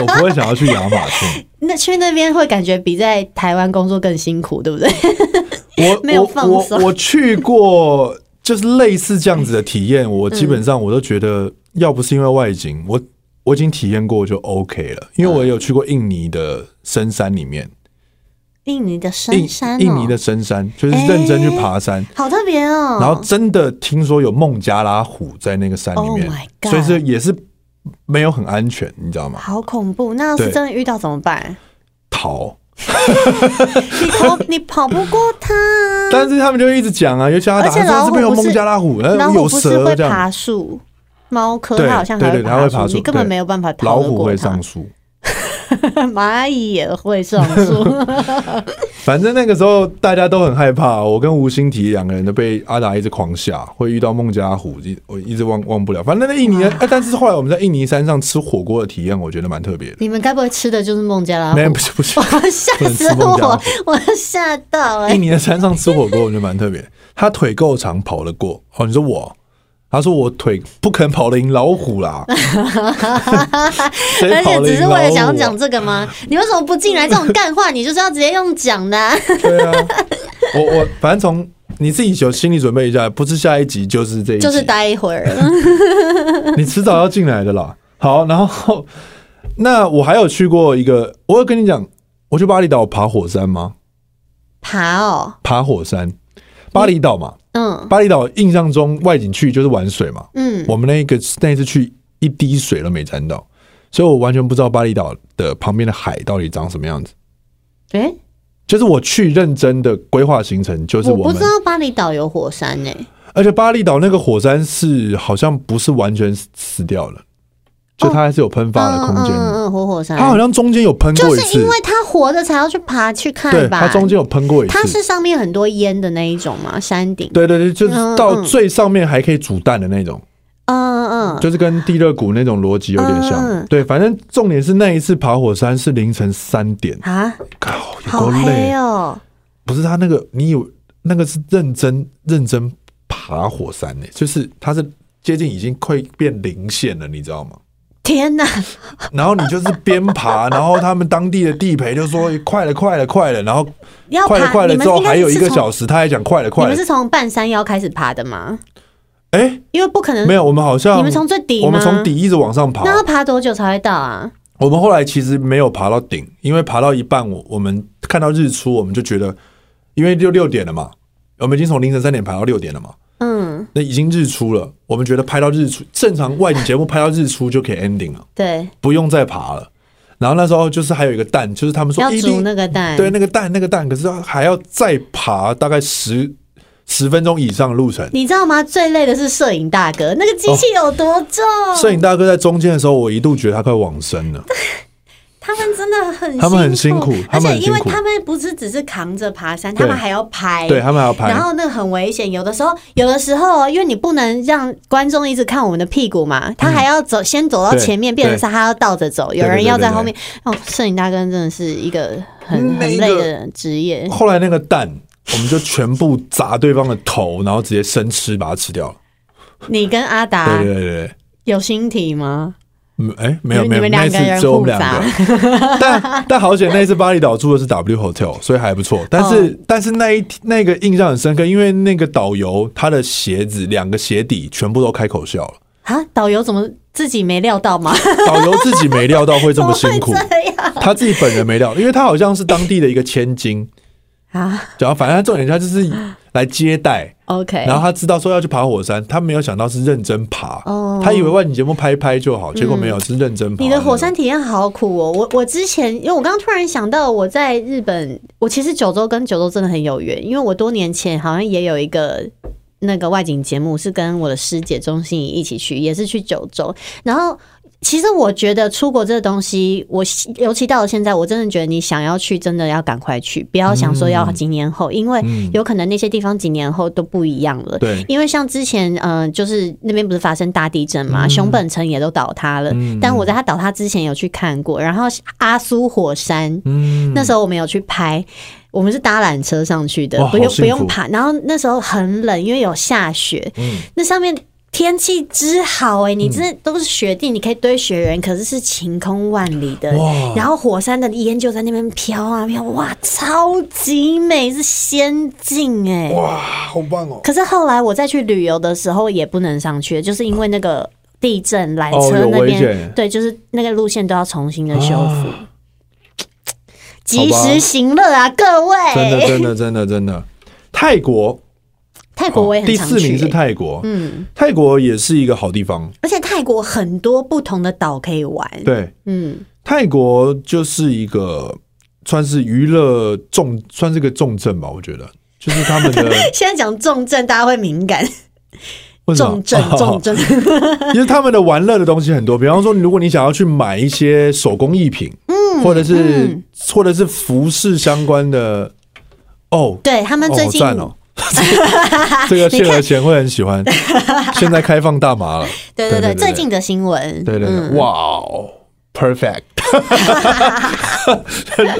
Speaker 1: 我不会想要去亚马逊。
Speaker 3: 那去那边会感觉比在台湾工作更辛苦，对 不对？
Speaker 1: 我
Speaker 3: 没有放
Speaker 1: 我
Speaker 3: 松
Speaker 1: 我我去过，就是类似这样子的体
Speaker 3: 嗯
Speaker 1: 验，我基本上我都觉得，要不是因为外景，我我已经体验过就 OK 了。因为我有去过印尼的深山里面，
Speaker 3: 印尼的
Speaker 1: 印
Speaker 3: 深山、哦，
Speaker 1: 印尼的深山，就是认真去爬山。
Speaker 3: 好特别哦，
Speaker 1: 然后真的听说有孟加拉虎在那个山里面
Speaker 3: Oh my god
Speaker 1: 所以这也是没有很安全，你知道吗？
Speaker 3: 好恐怖，那要是
Speaker 1: 对
Speaker 3: 真的遇到怎么办？
Speaker 1: 逃，
Speaker 3: 你跑 你跑不过他啊、
Speaker 1: 但是他们就一直讲啊，尤其他打
Speaker 3: 而且
Speaker 1: 说
Speaker 3: 老
Speaker 1: 这
Speaker 3: 虎
Speaker 1: 边有
Speaker 3: 不是
Speaker 1: 孟加拉虎，然
Speaker 3: 老
Speaker 1: 后呃有
Speaker 3: 虎不是
Speaker 1: 蛇
Speaker 3: 会
Speaker 1: 这样，
Speaker 3: 爬树，猫科
Speaker 1: 对
Speaker 3: 它好像还
Speaker 1: 对对它会爬
Speaker 3: 树，
Speaker 1: 树
Speaker 3: 你根本
Speaker 1: 对
Speaker 3: 没有办法逃
Speaker 1: 老
Speaker 3: 得
Speaker 1: 虎
Speaker 3: 过
Speaker 1: 会
Speaker 3: 它
Speaker 1: 上。树。
Speaker 3: 蚂蚁也会上 树，
Speaker 1: 反正那个时候大家都很害怕，我跟吴欣提两个人都被阿达一直狂吓，会遇到孟加拉虎，一我一直忘忘不了。反正那印尼
Speaker 3: 啊
Speaker 1: 的，哎但是后来我们在印尼山上吃火锅的体验，我觉得蛮特别的。
Speaker 3: 你们该不会吃的就是孟加拉
Speaker 1: 没有，
Speaker 3: 虎？
Speaker 1: 不 是不 是，
Speaker 3: 我吓
Speaker 1: 不能吃
Speaker 3: 死
Speaker 1: 孟加拉
Speaker 3: 我
Speaker 1: 虎！
Speaker 3: 我吓到哎、
Speaker 1: 印尼的山上吃火锅，我觉得蛮特别的。他腿够长，跑得过。哦，你说我？他说我腿不肯跑得赢老虎 啦，谁
Speaker 3: 而
Speaker 1: 跑
Speaker 3: 且
Speaker 1: 得
Speaker 3: 只
Speaker 1: 赢
Speaker 3: 是
Speaker 1: 老虎
Speaker 3: 为
Speaker 1: 啊、
Speaker 3: 了想要讲这个吗？你为什么不进来这种干话？你就是要直接用讲的啊、
Speaker 1: 对啊，我我反正从你自己有心理准备一下，不是下一集就是这一集，
Speaker 3: 就是 待一会儿。
Speaker 1: 你迟早要进来的啦。好，然后那我还有去过一个，我有跟你讲，我去巴厘岛爬火山吗？
Speaker 3: 爬哦，
Speaker 1: 爬火山，巴厘岛嘛，
Speaker 3: 嗯
Speaker 1: 巴厘岛印象中外景去就是玩水嘛，
Speaker 3: 嗯，
Speaker 1: 我们那个那一次去一滴水都没沾到，所以我完全不知道巴厘岛的旁边的海到底长什么样子。
Speaker 3: 哎、
Speaker 1: 就是我去认真的规划行程，就是
Speaker 3: 我
Speaker 1: 我
Speaker 3: 不
Speaker 1: 们
Speaker 3: 知道巴厘岛有火山呢、
Speaker 1: 而且巴厘岛那个火山是好像不是完全死掉了，就它还是有喷发的空间。
Speaker 3: 嗯嗯嗯，活火山。
Speaker 1: 它好像中间有喷
Speaker 3: 就
Speaker 1: 过一
Speaker 3: 是
Speaker 1: 次
Speaker 3: 因，为它活着才要去爬
Speaker 1: 对，
Speaker 3: 去看吧。
Speaker 1: 它中间有喷过一
Speaker 3: 它
Speaker 1: 次。
Speaker 3: 是上面很多烟的那一种嘛，山顶。
Speaker 1: 对对对，就是
Speaker 3: 嗯嗯
Speaker 1: 到最上面还可以煮蛋的那种，
Speaker 3: 嗯嗯，
Speaker 1: 就是跟地热谷那种逻辑有点
Speaker 3: 嗯
Speaker 1: 像
Speaker 3: 嗯。
Speaker 1: 对，反正重点是那一次爬火山是凌晨三点，
Speaker 3: 啊，
Speaker 1: 靠，也
Speaker 3: 好
Speaker 1: 够累
Speaker 3: 黑。哦。
Speaker 1: 不是他那个，你有那个是认真认真爬火山呢、欸就是它是接近已经快变零线了，你知道吗？
Speaker 3: 天哪，
Speaker 1: 然后你就是边爬，然后他们当地的地陪就说哎快了，快了，快了，然后
Speaker 3: 要
Speaker 1: 快了，
Speaker 3: 爬
Speaker 1: 快了
Speaker 3: 你们
Speaker 1: 之后
Speaker 3: 应该
Speaker 1: 还有一
Speaker 3: 是
Speaker 1: 个
Speaker 3: 从
Speaker 1: 小时，他还讲快了，
Speaker 3: 你
Speaker 1: 快
Speaker 3: 们
Speaker 1: 了
Speaker 3: 是。从半山腰开始爬的吗？
Speaker 1: 哎，
Speaker 3: 因为不可能，
Speaker 1: 没有，我们好像
Speaker 3: 嗯你们从最底吗？
Speaker 1: 我们从，底一直往上爬
Speaker 3: 那。要爬多久才会到啊？
Speaker 1: 我们后来其实没有爬到顶，因为爬到一半，我我们看到日出，我们就觉得，因为就六点了嘛，我们已经从凌晨三点爬到六点了嘛。
Speaker 3: 嗯，
Speaker 1: 那已经日出了，我们觉得拍到日出，正常外景节目拍到日出就可以 ending 了，
Speaker 3: 对，
Speaker 1: 不用再爬了。然后那时候就是还有一个蛋，就是他们说哎
Speaker 3: 要
Speaker 1: 一
Speaker 3: 煮
Speaker 1: 定
Speaker 3: 那个蛋。
Speaker 1: 对那个蛋那个蛋，可是还要再爬大概十十分钟以上的路程。
Speaker 3: 你知道吗？最累的是摄影大哥，那
Speaker 1: 哦
Speaker 3: 个机器有多重？
Speaker 1: 摄影大哥在中间的时候，我一度觉得他快往生了，
Speaker 3: 他们真的很
Speaker 1: 他们很辛苦他
Speaker 3: 而
Speaker 1: 们
Speaker 3: 且
Speaker 1: 很
Speaker 3: 因为
Speaker 1: 辛苦
Speaker 3: 他们不是只是扛着爬山，
Speaker 1: 对
Speaker 3: 他们还要拍，
Speaker 1: 对他们还要拍
Speaker 3: 然，后那个很危险，有的时候，有的时候哦，因为你不能让观众一直看我们的屁股嘛，他还要走，先走到
Speaker 1: 对
Speaker 3: 前面，变成是他要倒着走，有
Speaker 1: 对
Speaker 3: 人
Speaker 1: 对
Speaker 3: 要
Speaker 1: 对
Speaker 3: 在
Speaker 1: 对
Speaker 3: 后面。哦，摄影大哥真的是一个很
Speaker 1: 嗯那
Speaker 3: 很
Speaker 1: 一
Speaker 3: 累
Speaker 1: 个
Speaker 3: 的职业，
Speaker 1: 后来那个蛋，我们就全部砸对方的头，然后直接生吃把它吃掉了。
Speaker 3: 你跟阿达
Speaker 1: 对对对对，
Speaker 3: 有心体吗？
Speaker 1: 嗯，哎，没有
Speaker 3: 你
Speaker 1: 没有，
Speaker 3: 们你们两
Speaker 1: 那
Speaker 3: 个人
Speaker 1: 次只有我们
Speaker 3: 互
Speaker 1: 两个。 但但好险，那一次巴厘岛住的是 W Hotel，所以还不错。但
Speaker 3: 哦
Speaker 1: 是、但是那一那个印象很深刻，因为那个导游他的鞋子两个鞋底全部都开口笑了，
Speaker 3: 啊，导游怎么自己没料到吗？
Speaker 1: 导游自己没料到会这
Speaker 3: 怎么
Speaker 1: 么
Speaker 3: 会
Speaker 1: 辛苦，
Speaker 3: 这样
Speaker 1: 他自己本人没料，因为他好像是当地的一个千金，
Speaker 3: 啊
Speaker 1: 然后反正他重点他就是来接待。
Speaker 3: ？OK，
Speaker 1: 然后他知道说要去爬火山，他没有想到是认真爬，
Speaker 3: 哦嗯
Speaker 1: 他以为万你节目拍一拍就好，结果没有，是认真爬。
Speaker 3: 你的火山体验好苦哦！我我之前，因为我刚刚突然想到，我在日本，我其实九州跟九州真的很有缘，因为我多年前好像也有一个那个外景节目，是跟我的师姐钟欣怡一起去，也是去九州。然后其实我觉得出国这个东西，我尤其到了现在，我真的觉得你想要去，真的要赶快去，不要想说要几年后，因为
Speaker 1: 嗯
Speaker 3: 有可能那些地方几年后都不一样了。
Speaker 1: 对，
Speaker 3: 因为像之前，嗯、就是那边不是发生大地震嘛，
Speaker 1: 嗯
Speaker 3: 熊本城也都倒塌了。
Speaker 1: 嗯
Speaker 3: 但我在它倒塌之前有去看过，然后阿苏火山、
Speaker 1: 嗯
Speaker 3: 那时候我们有去拍，我们是搭缆车上去的
Speaker 1: 哇，
Speaker 3: 不用
Speaker 1: 好幸
Speaker 3: 不用
Speaker 1: 福
Speaker 3: 爬。然后那时候很冷，因为有下雪，
Speaker 1: 嗯
Speaker 3: 那上面。天气之好哎、你真的都是雪地，你可以堆雪人，可是是晴空万里的
Speaker 1: 哇，
Speaker 3: 然后火山的烟就在那边飘啊飘，哇，超级美，是仙境哎、
Speaker 1: 哇，好棒哦！
Speaker 3: 可是后来我再去旅游的时候也不能上去，就是因为那个地震，缆
Speaker 1: 哦
Speaker 3: 车
Speaker 1: 有
Speaker 3: 那
Speaker 1: 危
Speaker 3: 边、
Speaker 1: 险
Speaker 3: 对，就是那个路线都要重新的修复。
Speaker 1: 啊
Speaker 3: 及时行乐啊，各
Speaker 1: 真的
Speaker 3: 位！
Speaker 1: 真的真的真的，泰国，哦
Speaker 3: 泰国我也很
Speaker 1: 第
Speaker 3: 常
Speaker 1: 四
Speaker 3: 去、
Speaker 1: 名是
Speaker 3: 欸
Speaker 1: 泰国，
Speaker 3: 嗯，
Speaker 1: 泰国也是一个好地方。
Speaker 3: 而且泰国很多不同的岛可以玩。，
Speaker 1: 对，
Speaker 3: 嗯，
Speaker 1: 泰国就是一个算是娱乐重，算是个重镇吧，我觉得。就是他们 的
Speaker 3: 现在讲重症大家会敏感，
Speaker 1: 为什么哦
Speaker 3: 重 症重症，
Speaker 1: 因为他们的玩乐的东西很多，比方说，如果你想要去买一些手工艺品，嗯，或者是、
Speaker 3: 嗯
Speaker 1: 或者是服饰相关的，哦，
Speaker 3: 对他们
Speaker 1: 哦，
Speaker 3: 最
Speaker 1: 好
Speaker 3: 近、
Speaker 1: 赞哦， 这个谢和弦会很喜欢。现在开放大麻了，
Speaker 3: 对对
Speaker 1: 对对
Speaker 3: 对，
Speaker 1: 对
Speaker 3: 最近的新闻，
Speaker 1: 对对对，
Speaker 3: 嗯
Speaker 1: 哇哦，perfect。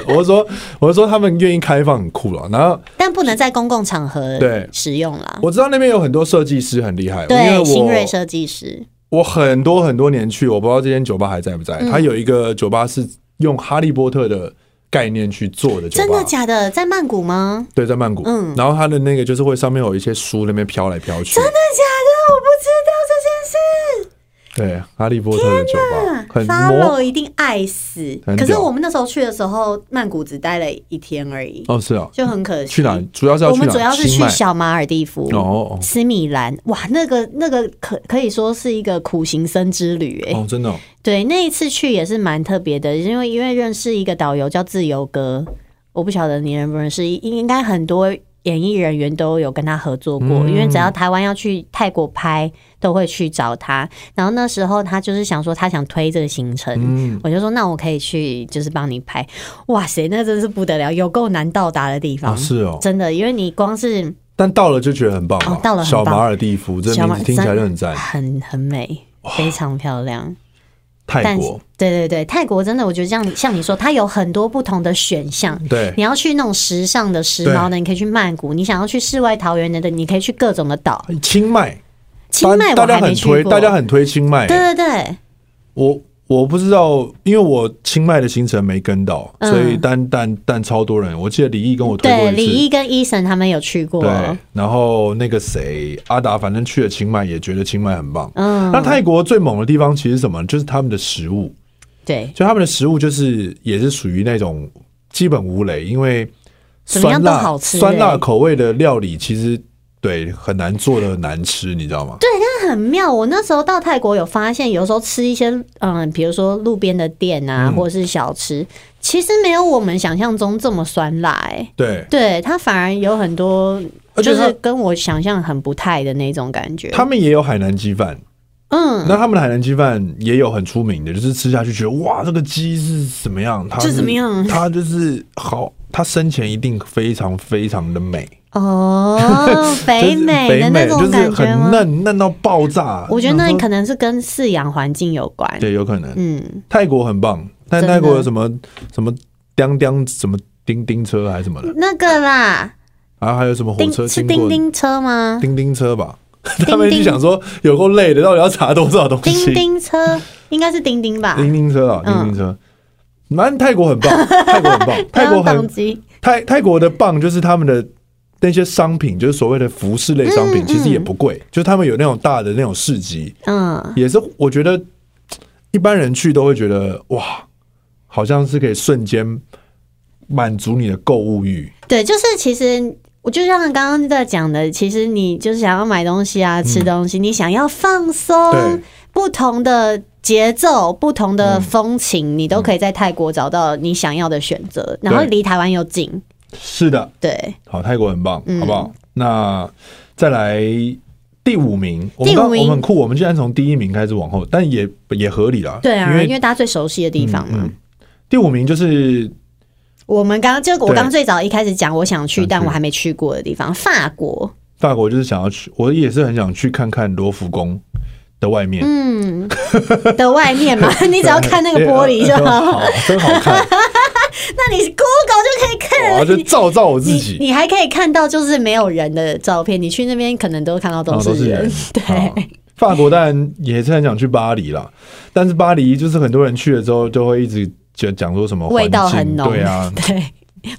Speaker 1: 我说，我说他们愿意开放很酷了。然后
Speaker 3: 但不能在公共场合
Speaker 1: 对
Speaker 3: 使用啦。
Speaker 1: 我知道那边有很多设计师很厉害，因为
Speaker 3: 对，新锐
Speaker 1: 我
Speaker 3: 设计师，
Speaker 1: 我很多很多年去，我不知道这间酒吧还在不在。
Speaker 3: 嗯
Speaker 1: 它有一个酒吧是用哈利波特的概念去做的酒吧，
Speaker 3: 真的假的？在曼谷吗？
Speaker 1: 对，在曼谷。
Speaker 3: 嗯
Speaker 1: 然后它的那个就是会上面有一些书那边飘来飘去，
Speaker 3: 真的假的？我不知道这件事。
Speaker 1: 对，哈利波特的酒吧很魔
Speaker 3: follow 一定爱死。
Speaker 1: 很
Speaker 3: 可是
Speaker 1: 屌
Speaker 3: 我们那时候去的时候，曼谷只待了一天而已，
Speaker 1: 哦，是啊，
Speaker 3: 就很可惜。
Speaker 1: 去哪？？主要是要
Speaker 3: 我
Speaker 1: 去
Speaker 3: 们
Speaker 1: 哪？
Speaker 3: 主要是
Speaker 1: 清
Speaker 3: 去
Speaker 1: 迈
Speaker 3: 小马尔地夫。
Speaker 1: 哦哦
Speaker 3: 斯米兰，哇，那个那个可可以说是一个苦行僧之旅哎、
Speaker 1: 哦，真的哦、
Speaker 3: 对，那一次去也是蛮特别的，因为因为认识一个导游叫自由哥，我不晓得你认不认识，应应该很多演艺人员都有跟他合作过，因为只
Speaker 1: 嗯
Speaker 3: 要台湾要去泰国拍，都会去找他。然后那时候他就是想说他想推这个行程，
Speaker 1: 嗯，
Speaker 3: 我就说那我可以去，就是帮你拍。哇塞，那真是不得了，有够难到达的地方，
Speaker 1: 啊是哦，
Speaker 3: 真的，因为你光是
Speaker 1: 但到了就觉得很棒嘛
Speaker 3: 哦到了很
Speaker 1: 小
Speaker 3: 棒
Speaker 1: 马尔地夫这
Speaker 3: 小
Speaker 1: 名
Speaker 3: 马
Speaker 1: 字听起来就很赞。
Speaker 3: 很很美，非常漂亮。
Speaker 1: 泰
Speaker 3: 但是
Speaker 1: 国，
Speaker 3: 对对对，泰国真的，我觉得像你像你说，它有很多不同的选项。
Speaker 1: 对
Speaker 3: 你要去那种时尚的、时髦的，你可以去曼谷；你想要去世外桃源的，你可以去各种的岛。
Speaker 1: 清迈，
Speaker 3: 清迈
Speaker 1: 大大
Speaker 3: 我
Speaker 1: 家
Speaker 3: 还
Speaker 1: 很
Speaker 3: 没去
Speaker 1: 推，
Speaker 3: 过，
Speaker 1: 大家很推清迈。
Speaker 3: 对对对，
Speaker 1: 我我不知道，因为我清迈的行程没跟到，
Speaker 3: 嗯
Speaker 1: 所以但但但超多人。我记得李毅跟我推过
Speaker 3: 对
Speaker 1: 一次，
Speaker 3: 李毅跟伊森他们有去过。
Speaker 1: 对，然后那个谁阿达，反正去了清迈也觉得清迈很棒。
Speaker 3: 嗯，
Speaker 1: 那泰国最猛的地方其实是什么？就是他们的食物，
Speaker 3: 对，
Speaker 1: 就他们的食物就是也是属于那种基本无雷，因为
Speaker 3: 怎么
Speaker 1: 酸
Speaker 3: 样
Speaker 1: 辣
Speaker 3: 都好吃
Speaker 1: 酸辣
Speaker 3: 欸
Speaker 1: 口味的料理其实对很难做的难吃，你知道吗？
Speaker 3: 那很妙。我那时候到泰国有发现，有时候吃一些嗯，比如说路边的店啊，
Speaker 1: 嗯
Speaker 3: 或者是小吃，其实没有我们想象中这么酸辣、欸。
Speaker 1: 对，
Speaker 3: 对，它反而有很多
Speaker 1: 而且
Speaker 3: 就
Speaker 1: 它
Speaker 3: 是跟我想象很不太的那种感觉。
Speaker 1: 他们也有海南鸡饭，
Speaker 3: 嗯，
Speaker 1: 那他们的海南鸡饭也有很出名的，就是吃下去觉得哇，这个鸡是怎么样？它
Speaker 3: 就是怎么样
Speaker 1: 它就是好，它生前一定非常非常的美，
Speaker 3: 哦，北
Speaker 1: 就是
Speaker 3: 美的
Speaker 1: 北
Speaker 3: 那
Speaker 1: 美就
Speaker 3: 种
Speaker 1: 是
Speaker 3: 感
Speaker 1: 很
Speaker 3: 觉吗？
Speaker 1: 嫩嫩到爆炸。
Speaker 3: 我觉
Speaker 1: 想
Speaker 3: 得那
Speaker 1: 说
Speaker 3: 可能是跟饲养环境有关。
Speaker 1: 对有可能。
Speaker 3: 嗯，
Speaker 1: 泰国很棒，但
Speaker 3: 真的
Speaker 1: 泰国有什么什么叮叮什么叮叮车还是什么的，
Speaker 3: 那个啦，
Speaker 1: 然后还有什么火
Speaker 3: 叮
Speaker 1: 车
Speaker 3: 是
Speaker 1: 经
Speaker 3: 叮
Speaker 1: 过
Speaker 3: 叮车吗？
Speaker 1: 叮叮车吧？
Speaker 3: 叮
Speaker 1: 他们就想说有够累的，到底要查多少东西？
Speaker 3: 叮叮车应该是叮叮吧？
Speaker 1: 叮叮车啊，叮
Speaker 3: 嗯
Speaker 1: 叮车，反正泰国很棒， 泰国很棒，泰国
Speaker 3: 当当
Speaker 1: 很
Speaker 3: 机
Speaker 1: 泰泰国的棒就是他们的那些商品，就是所谓的服饰类商
Speaker 3: 嗯
Speaker 1: 品，
Speaker 3: 嗯
Speaker 1: 其实也不贵，就是他们有那种大的那种市集，
Speaker 3: 嗯，
Speaker 1: 也是我觉得一般人去都会觉得哇，好像是可以瞬间满足你的购物欲，
Speaker 3: 对，就是其实我就像刚刚在讲的，其实你就是想要买东西啊，吃东西，你想要放松
Speaker 1: 嗯对，
Speaker 3: 不同的节奏、不同的
Speaker 1: 嗯
Speaker 3: 风情，你都可以在泰国找到你想要的选择，然后
Speaker 1: 对
Speaker 3: 离台湾又近。
Speaker 1: 是的，
Speaker 3: 对，
Speaker 1: 好，泰国很棒，
Speaker 3: 嗯
Speaker 1: 好不好？那再来第五名，我
Speaker 3: 第
Speaker 1: 们
Speaker 3: 五
Speaker 1: 刚我
Speaker 3: 名
Speaker 1: 们很酷，我们居然从第一名开始往后，但也也合理啦，
Speaker 3: 对啊，因
Speaker 1: 因
Speaker 3: 为
Speaker 1: 为
Speaker 3: 大家最熟悉的地方嘛。
Speaker 1: 嗯嗯第五名就是
Speaker 3: 我们刚就我
Speaker 1: 对
Speaker 3: 刚最早一开始讲我想去，
Speaker 1: 想去
Speaker 3: 但我还没去过的地方，法 国。
Speaker 1: 法国，就是想要去，我也是很想去看看罗浮宫的外面。
Speaker 3: 嗯，的外面嘛， 你只要看那个
Speaker 1: 对
Speaker 3: 玻璃就
Speaker 1: 呃
Speaker 3: 好。
Speaker 1: 好，真好看，
Speaker 3: 那你 Google 就可以 看
Speaker 1: 我
Speaker 3: 了
Speaker 1: 要。去照照我自
Speaker 3: 你
Speaker 1: 己，
Speaker 3: 你还可以看到就是没有人的照片，你去那边可能都看到
Speaker 1: 然
Speaker 3: 都
Speaker 1: 后
Speaker 3: 是
Speaker 1: 哦都是
Speaker 3: 人。
Speaker 1: 人。好
Speaker 3: 对，
Speaker 1: 法国当然也是很想去巴黎啦，但是巴黎就是很多人去了之后就会一直讲讲说什么
Speaker 3: 味道
Speaker 1: 哦环境
Speaker 3: 很浓，
Speaker 1: 对啊
Speaker 3: 对，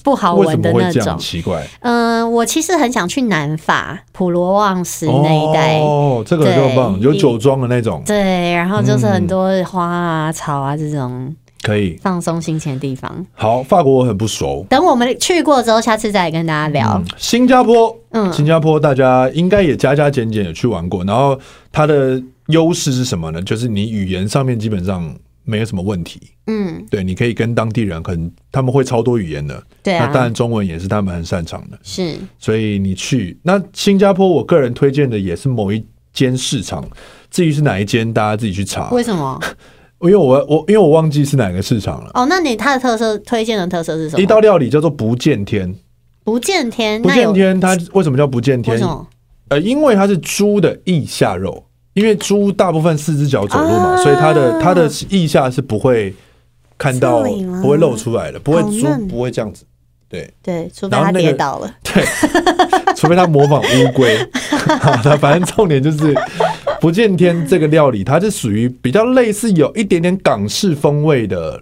Speaker 3: 不好
Speaker 1: 为什
Speaker 3: 闻的
Speaker 1: 么会
Speaker 3: 那
Speaker 1: 这样？
Speaker 3: 种。
Speaker 1: 奇怪，
Speaker 3: 嗯、我其实很想去南法普罗旺斯那一带。
Speaker 1: 哦，这个就很棒，
Speaker 3: 对嗯
Speaker 1: 有酒庄的那种，
Speaker 3: 对，然后就是
Speaker 1: 嗯
Speaker 3: 很多花啊、草啊这种
Speaker 1: 可以。
Speaker 3: 放松心情的地方。
Speaker 1: 好，法国我很不熟。
Speaker 3: 等我们去过之后，下次再来跟大家聊
Speaker 1: 嗯。，新加坡，
Speaker 3: 嗯
Speaker 1: 新加坡大家应该也加加减减有去玩过，然后它的优势是什么呢？就是你语言上面基本上没有什么问题，
Speaker 3: 嗯，
Speaker 1: 对，你可以跟当地人很，他们会超多语言的，
Speaker 3: 对
Speaker 1: 那当
Speaker 3: 啊，
Speaker 1: 然中文也是他们很擅长的，
Speaker 3: 是
Speaker 1: 所以你去那新加坡，我个人推荐的也是某一间市场，至于是哪一间，大家自己去查，
Speaker 3: 为什么？
Speaker 1: 因为我我因为我忘记是哪个市场了。
Speaker 3: 哦，那你它的特色推荐的特色是什
Speaker 1: 一
Speaker 3: 么？
Speaker 1: 道料理叫做不见天，
Speaker 3: 不见天，
Speaker 1: 不
Speaker 3: 那有
Speaker 1: 见天它为什么叫不见天
Speaker 3: 为什？么？
Speaker 1: 呃，因为它是猪的腋下肉，因为猪大部分四只脚走路嘛，
Speaker 3: 啊
Speaker 1: 所以它的它的腋下是不会看到
Speaker 3: 这里吗
Speaker 1: 不会露出来的，不会
Speaker 3: 啊好
Speaker 1: 猪
Speaker 3: 嫩
Speaker 1: 不会这样子，对
Speaker 3: 对，除非
Speaker 1: 然后
Speaker 3: 他
Speaker 1: 那个
Speaker 3: 跌倒了。
Speaker 1: 对，除非它模仿乌龟。 好的，反正重点就是不见天这个料理，它是属于比较类似有一点点港式风味的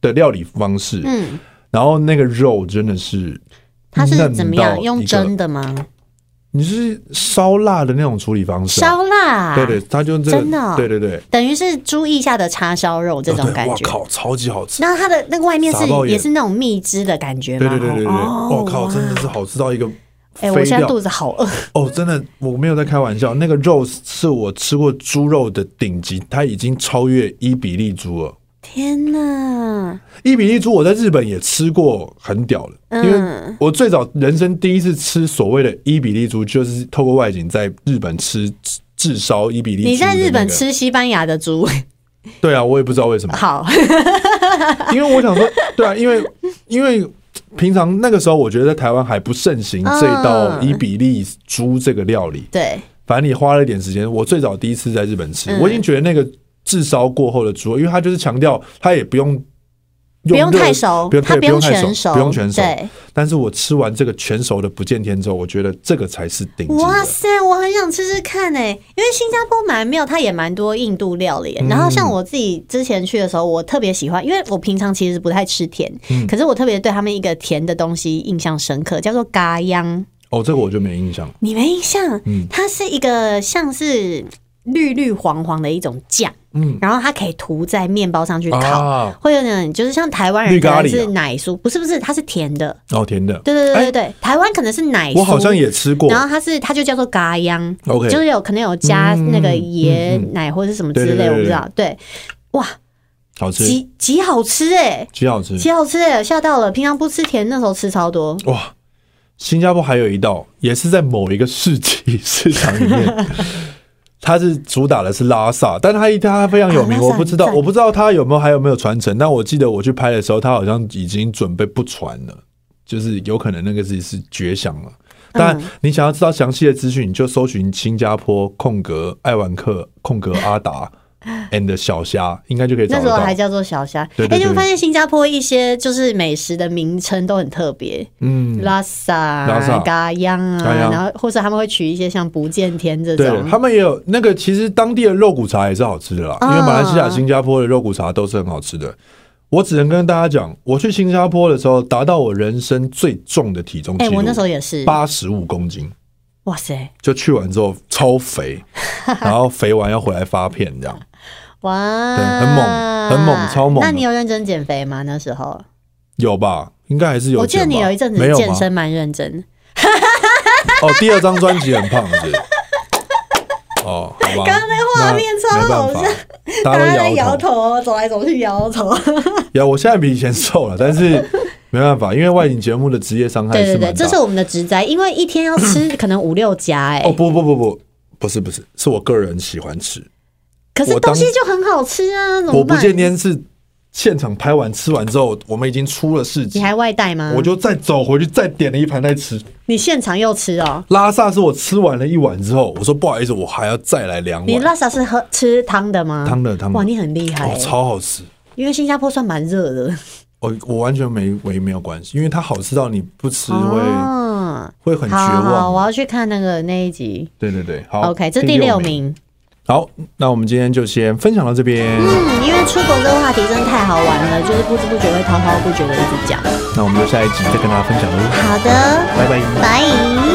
Speaker 1: 的料理方式，
Speaker 3: 嗯，
Speaker 1: 然后那个肉真的是
Speaker 3: 它是
Speaker 1: 嫩
Speaker 3: 怎么样？
Speaker 1: 到一
Speaker 3: 用
Speaker 1: 个
Speaker 3: 蒸的吗？
Speaker 1: 你是烧腊的那种处理方式啊、
Speaker 3: 烧腊，
Speaker 1: 对对，，它就这个，
Speaker 3: 真的哦
Speaker 1: 对对对，
Speaker 3: 等于是猪腋下的叉烧肉这
Speaker 1: 哦
Speaker 3: 种
Speaker 1: 对
Speaker 3: 感
Speaker 1: 哇
Speaker 3: 觉。
Speaker 1: 靠，超级好吃！
Speaker 3: 那它的那个外面是
Speaker 1: 傻爆眼
Speaker 3: 也是那种蜜汁的感觉
Speaker 1: 对
Speaker 3: 吗？
Speaker 1: 对对对对，
Speaker 3: 哦
Speaker 1: 我靠，真的是。好吃到一个飞
Speaker 3: 哎、我现在
Speaker 1: 掉
Speaker 3: 肚子好饿。
Speaker 1: 哦！真的，我没有在开玩笑，那个肉是我吃过猪肉的顶级，它已经超越伊比利猪了。
Speaker 3: 天哪！
Speaker 1: 伊比利猪我在日本也吃过，很屌的，因为
Speaker 3: 嗯
Speaker 1: 我最早人生第一次吃所谓的伊比利猪，就是透过外景在日本吃炙烧伊比利猪、
Speaker 3: 你在日本？吃西班牙的猪，
Speaker 1: 对啊，我也不知道为什么。
Speaker 3: 好，
Speaker 1: 因为我想说，对啊，因为因为平常那个时候，我觉得在台湾还不盛行这一道
Speaker 3: 嗯
Speaker 1: 伊比利猪这个料理。
Speaker 3: 对，
Speaker 1: 反正你花了一点时间，我最早第一次在日本吃，
Speaker 3: 嗯
Speaker 1: 我已经觉得那个炙烧过后的猪，因为它就是强调它也不用。
Speaker 3: 不用
Speaker 1: 热
Speaker 3: 太熟
Speaker 1: 不用，
Speaker 3: 它
Speaker 1: 对不
Speaker 3: 用
Speaker 1: 太
Speaker 3: 全
Speaker 1: 不用全熟。
Speaker 3: 对，
Speaker 1: 但是我吃完这个全熟的不见天之后，我觉得这个才是顶级
Speaker 3: 哇
Speaker 1: 的。
Speaker 3: 塞，我很想吃吃看哎、因为新加坡蛮妙，它也蛮多印度料理、欸。
Speaker 1: 嗯
Speaker 3: 然后像我自己之前去的时候，我特别喜欢，因为我平常其实不太吃甜，
Speaker 1: 嗯
Speaker 3: 可是我特别对他们一个甜的东西印象深刻，叫做咖央。
Speaker 1: 哦，这个我就没印象了。
Speaker 3: 你没印象？
Speaker 1: 嗯
Speaker 3: 它是一个像是绿绿黄黄的一种酱，
Speaker 1: 嗯
Speaker 3: 然后它可以涂在面包上去烤，
Speaker 1: 啊，
Speaker 3: 会有点就是像台湾人
Speaker 1: 绿
Speaker 3: 可
Speaker 1: 咖喱
Speaker 3: 能是
Speaker 1: 啊
Speaker 3: 奶酥，不是不是，它是甜的。
Speaker 1: 哦，甜的，
Speaker 3: 对对对对
Speaker 1: 哎
Speaker 3: 对，台湾可能是奶酥，
Speaker 1: 我好像也吃过。
Speaker 3: 然后它是它就叫做嘎央
Speaker 1: OK
Speaker 3: 就是有可能有加
Speaker 1: 嗯
Speaker 3: 那个椰
Speaker 1: 嗯嗯
Speaker 3: 奶或是什么之
Speaker 1: 对对
Speaker 3: 类，
Speaker 1: 对
Speaker 3: 我不知道。对，哇，
Speaker 1: 好吃，
Speaker 3: 极极好吃哎，
Speaker 1: 极好吃，
Speaker 3: 极好吃哎，吓到了！平常不吃甜，那时候吃超多。
Speaker 1: 哇， 新加坡还有一道也是在某一个市集市场里面，它是主打的是拉萨，但它一它非常有名，
Speaker 3: 啊拉萨
Speaker 1: 我不知道
Speaker 3: 很赞
Speaker 1: 我不知道它有没有还有没有传承，但我记得我去拍的时候，它好像已经准备不传了，就是有可能那个是是绝响了。但
Speaker 3: 嗯
Speaker 1: 你想要知道详细的资讯，你就搜寻新加坡空格艾玩克空格阿达 and 小虾，应该就可以找
Speaker 3: 那
Speaker 1: 得
Speaker 3: 时
Speaker 1: 到。
Speaker 3: 候还叫做小虾。
Speaker 1: 对
Speaker 3: 哎、
Speaker 1: 对
Speaker 3: 你有
Speaker 1: 对
Speaker 3: 发现新加坡一些就是美食的名称都很特别，
Speaker 1: 嗯，
Speaker 3: 拉萨、啊
Speaker 1: 拉萨
Speaker 3: 嘎央啊，
Speaker 1: 嘎央
Speaker 3: 然后或者他们会取一些像不见天这
Speaker 1: 对
Speaker 3: 种，
Speaker 1: 他们也有那个，其实当地的肉骨茶也是好吃的啦，因
Speaker 3: 啊
Speaker 1: 为马来西亚、新加坡的肉骨茶都是很好吃的。我只能跟大家讲，我去新加坡的时候，达到我人生最重的体重
Speaker 3: 哎、
Speaker 1: 记录，
Speaker 3: 我那时候也是，
Speaker 1: 八十五公斤，
Speaker 3: 哇塞，
Speaker 1: 就去完之后超 肥，然后肥完要回来发片这样。
Speaker 3: 哇，
Speaker 1: 对很猛很猛超猛的
Speaker 3: 那你有认真减肥吗？那时候，
Speaker 1: 有吧？应该还是有减吧。
Speaker 3: 我记得你有一阵
Speaker 1: 没
Speaker 3: 子
Speaker 1: 有吗
Speaker 3: 健身蛮认真，
Speaker 1: 哦，第二张专辑很胖 是不是。哦，好吧。
Speaker 3: 刚刚那个画面
Speaker 1: 那
Speaker 3: 超好
Speaker 1: 没办法
Speaker 3: 笑，
Speaker 1: 大家
Speaker 3: 在
Speaker 1: 都
Speaker 3: 摇
Speaker 1: 摇头。
Speaker 3: 头，走来走去 摇头。
Speaker 1: 呀，我现在比以前瘦了，但是没办法，因为外景节目的职业伤害
Speaker 3: 对
Speaker 1: 是
Speaker 3: 对
Speaker 1: 蛮大
Speaker 3: 对，
Speaker 1: 的。
Speaker 3: 这是我们的职灾，因为一天要吃可能五六家哎、
Speaker 1: 哦，不不不不不是不是，是我个人喜欢吃。
Speaker 3: 可是
Speaker 1: 我当
Speaker 3: 东西就很好吃啊，怎
Speaker 1: 我
Speaker 3: 么
Speaker 1: 不
Speaker 3: 办？
Speaker 1: 见天是现场拍完吃完之后，我们已经出了市集
Speaker 3: 你，还外带吗？
Speaker 1: 我就再走回去再点了一盘再吃。
Speaker 3: 你现场又吃哦。
Speaker 1: 拉萨是我吃完了一碗之后，我说不好意思，我还要再来两
Speaker 3: 你
Speaker 1: 碗。
Speaker 3: 拉萨是喝吃汤的吗？
Speaker 1: 汤的汤的
Speaker 3: 哇，你很厉害、
Speaker 1: 哦，超好吃！
Speaker 3: 因为新加坡算蛮热的。
Speaker 1: 我我完全没没没有关系，因为它好吃到你不吃会、
Speaker 3: 哦，
Speaker 1: 会很绝
Speaker 3: 好好好，我
Speaker 1: 望。
Speaker 3: 要去看那个那一集。
Speaker 1: 对对对，好
Speaker 3: OK，这第
Speaker 1: 六
Speaker 3: 六。名。
Speaker 1: 好，那我们今天就先分享到这边。
Speaker 3: 嗯，因为出国这个话题真的太好玩了，就是不知不觉会滔滔不绝的一直讲。
Speaker 1: 那我们就下一集再跟大家分享喽，
Speaker 3: 好的，
Speaker 1: 拜拜。
Speaker 3: 拜。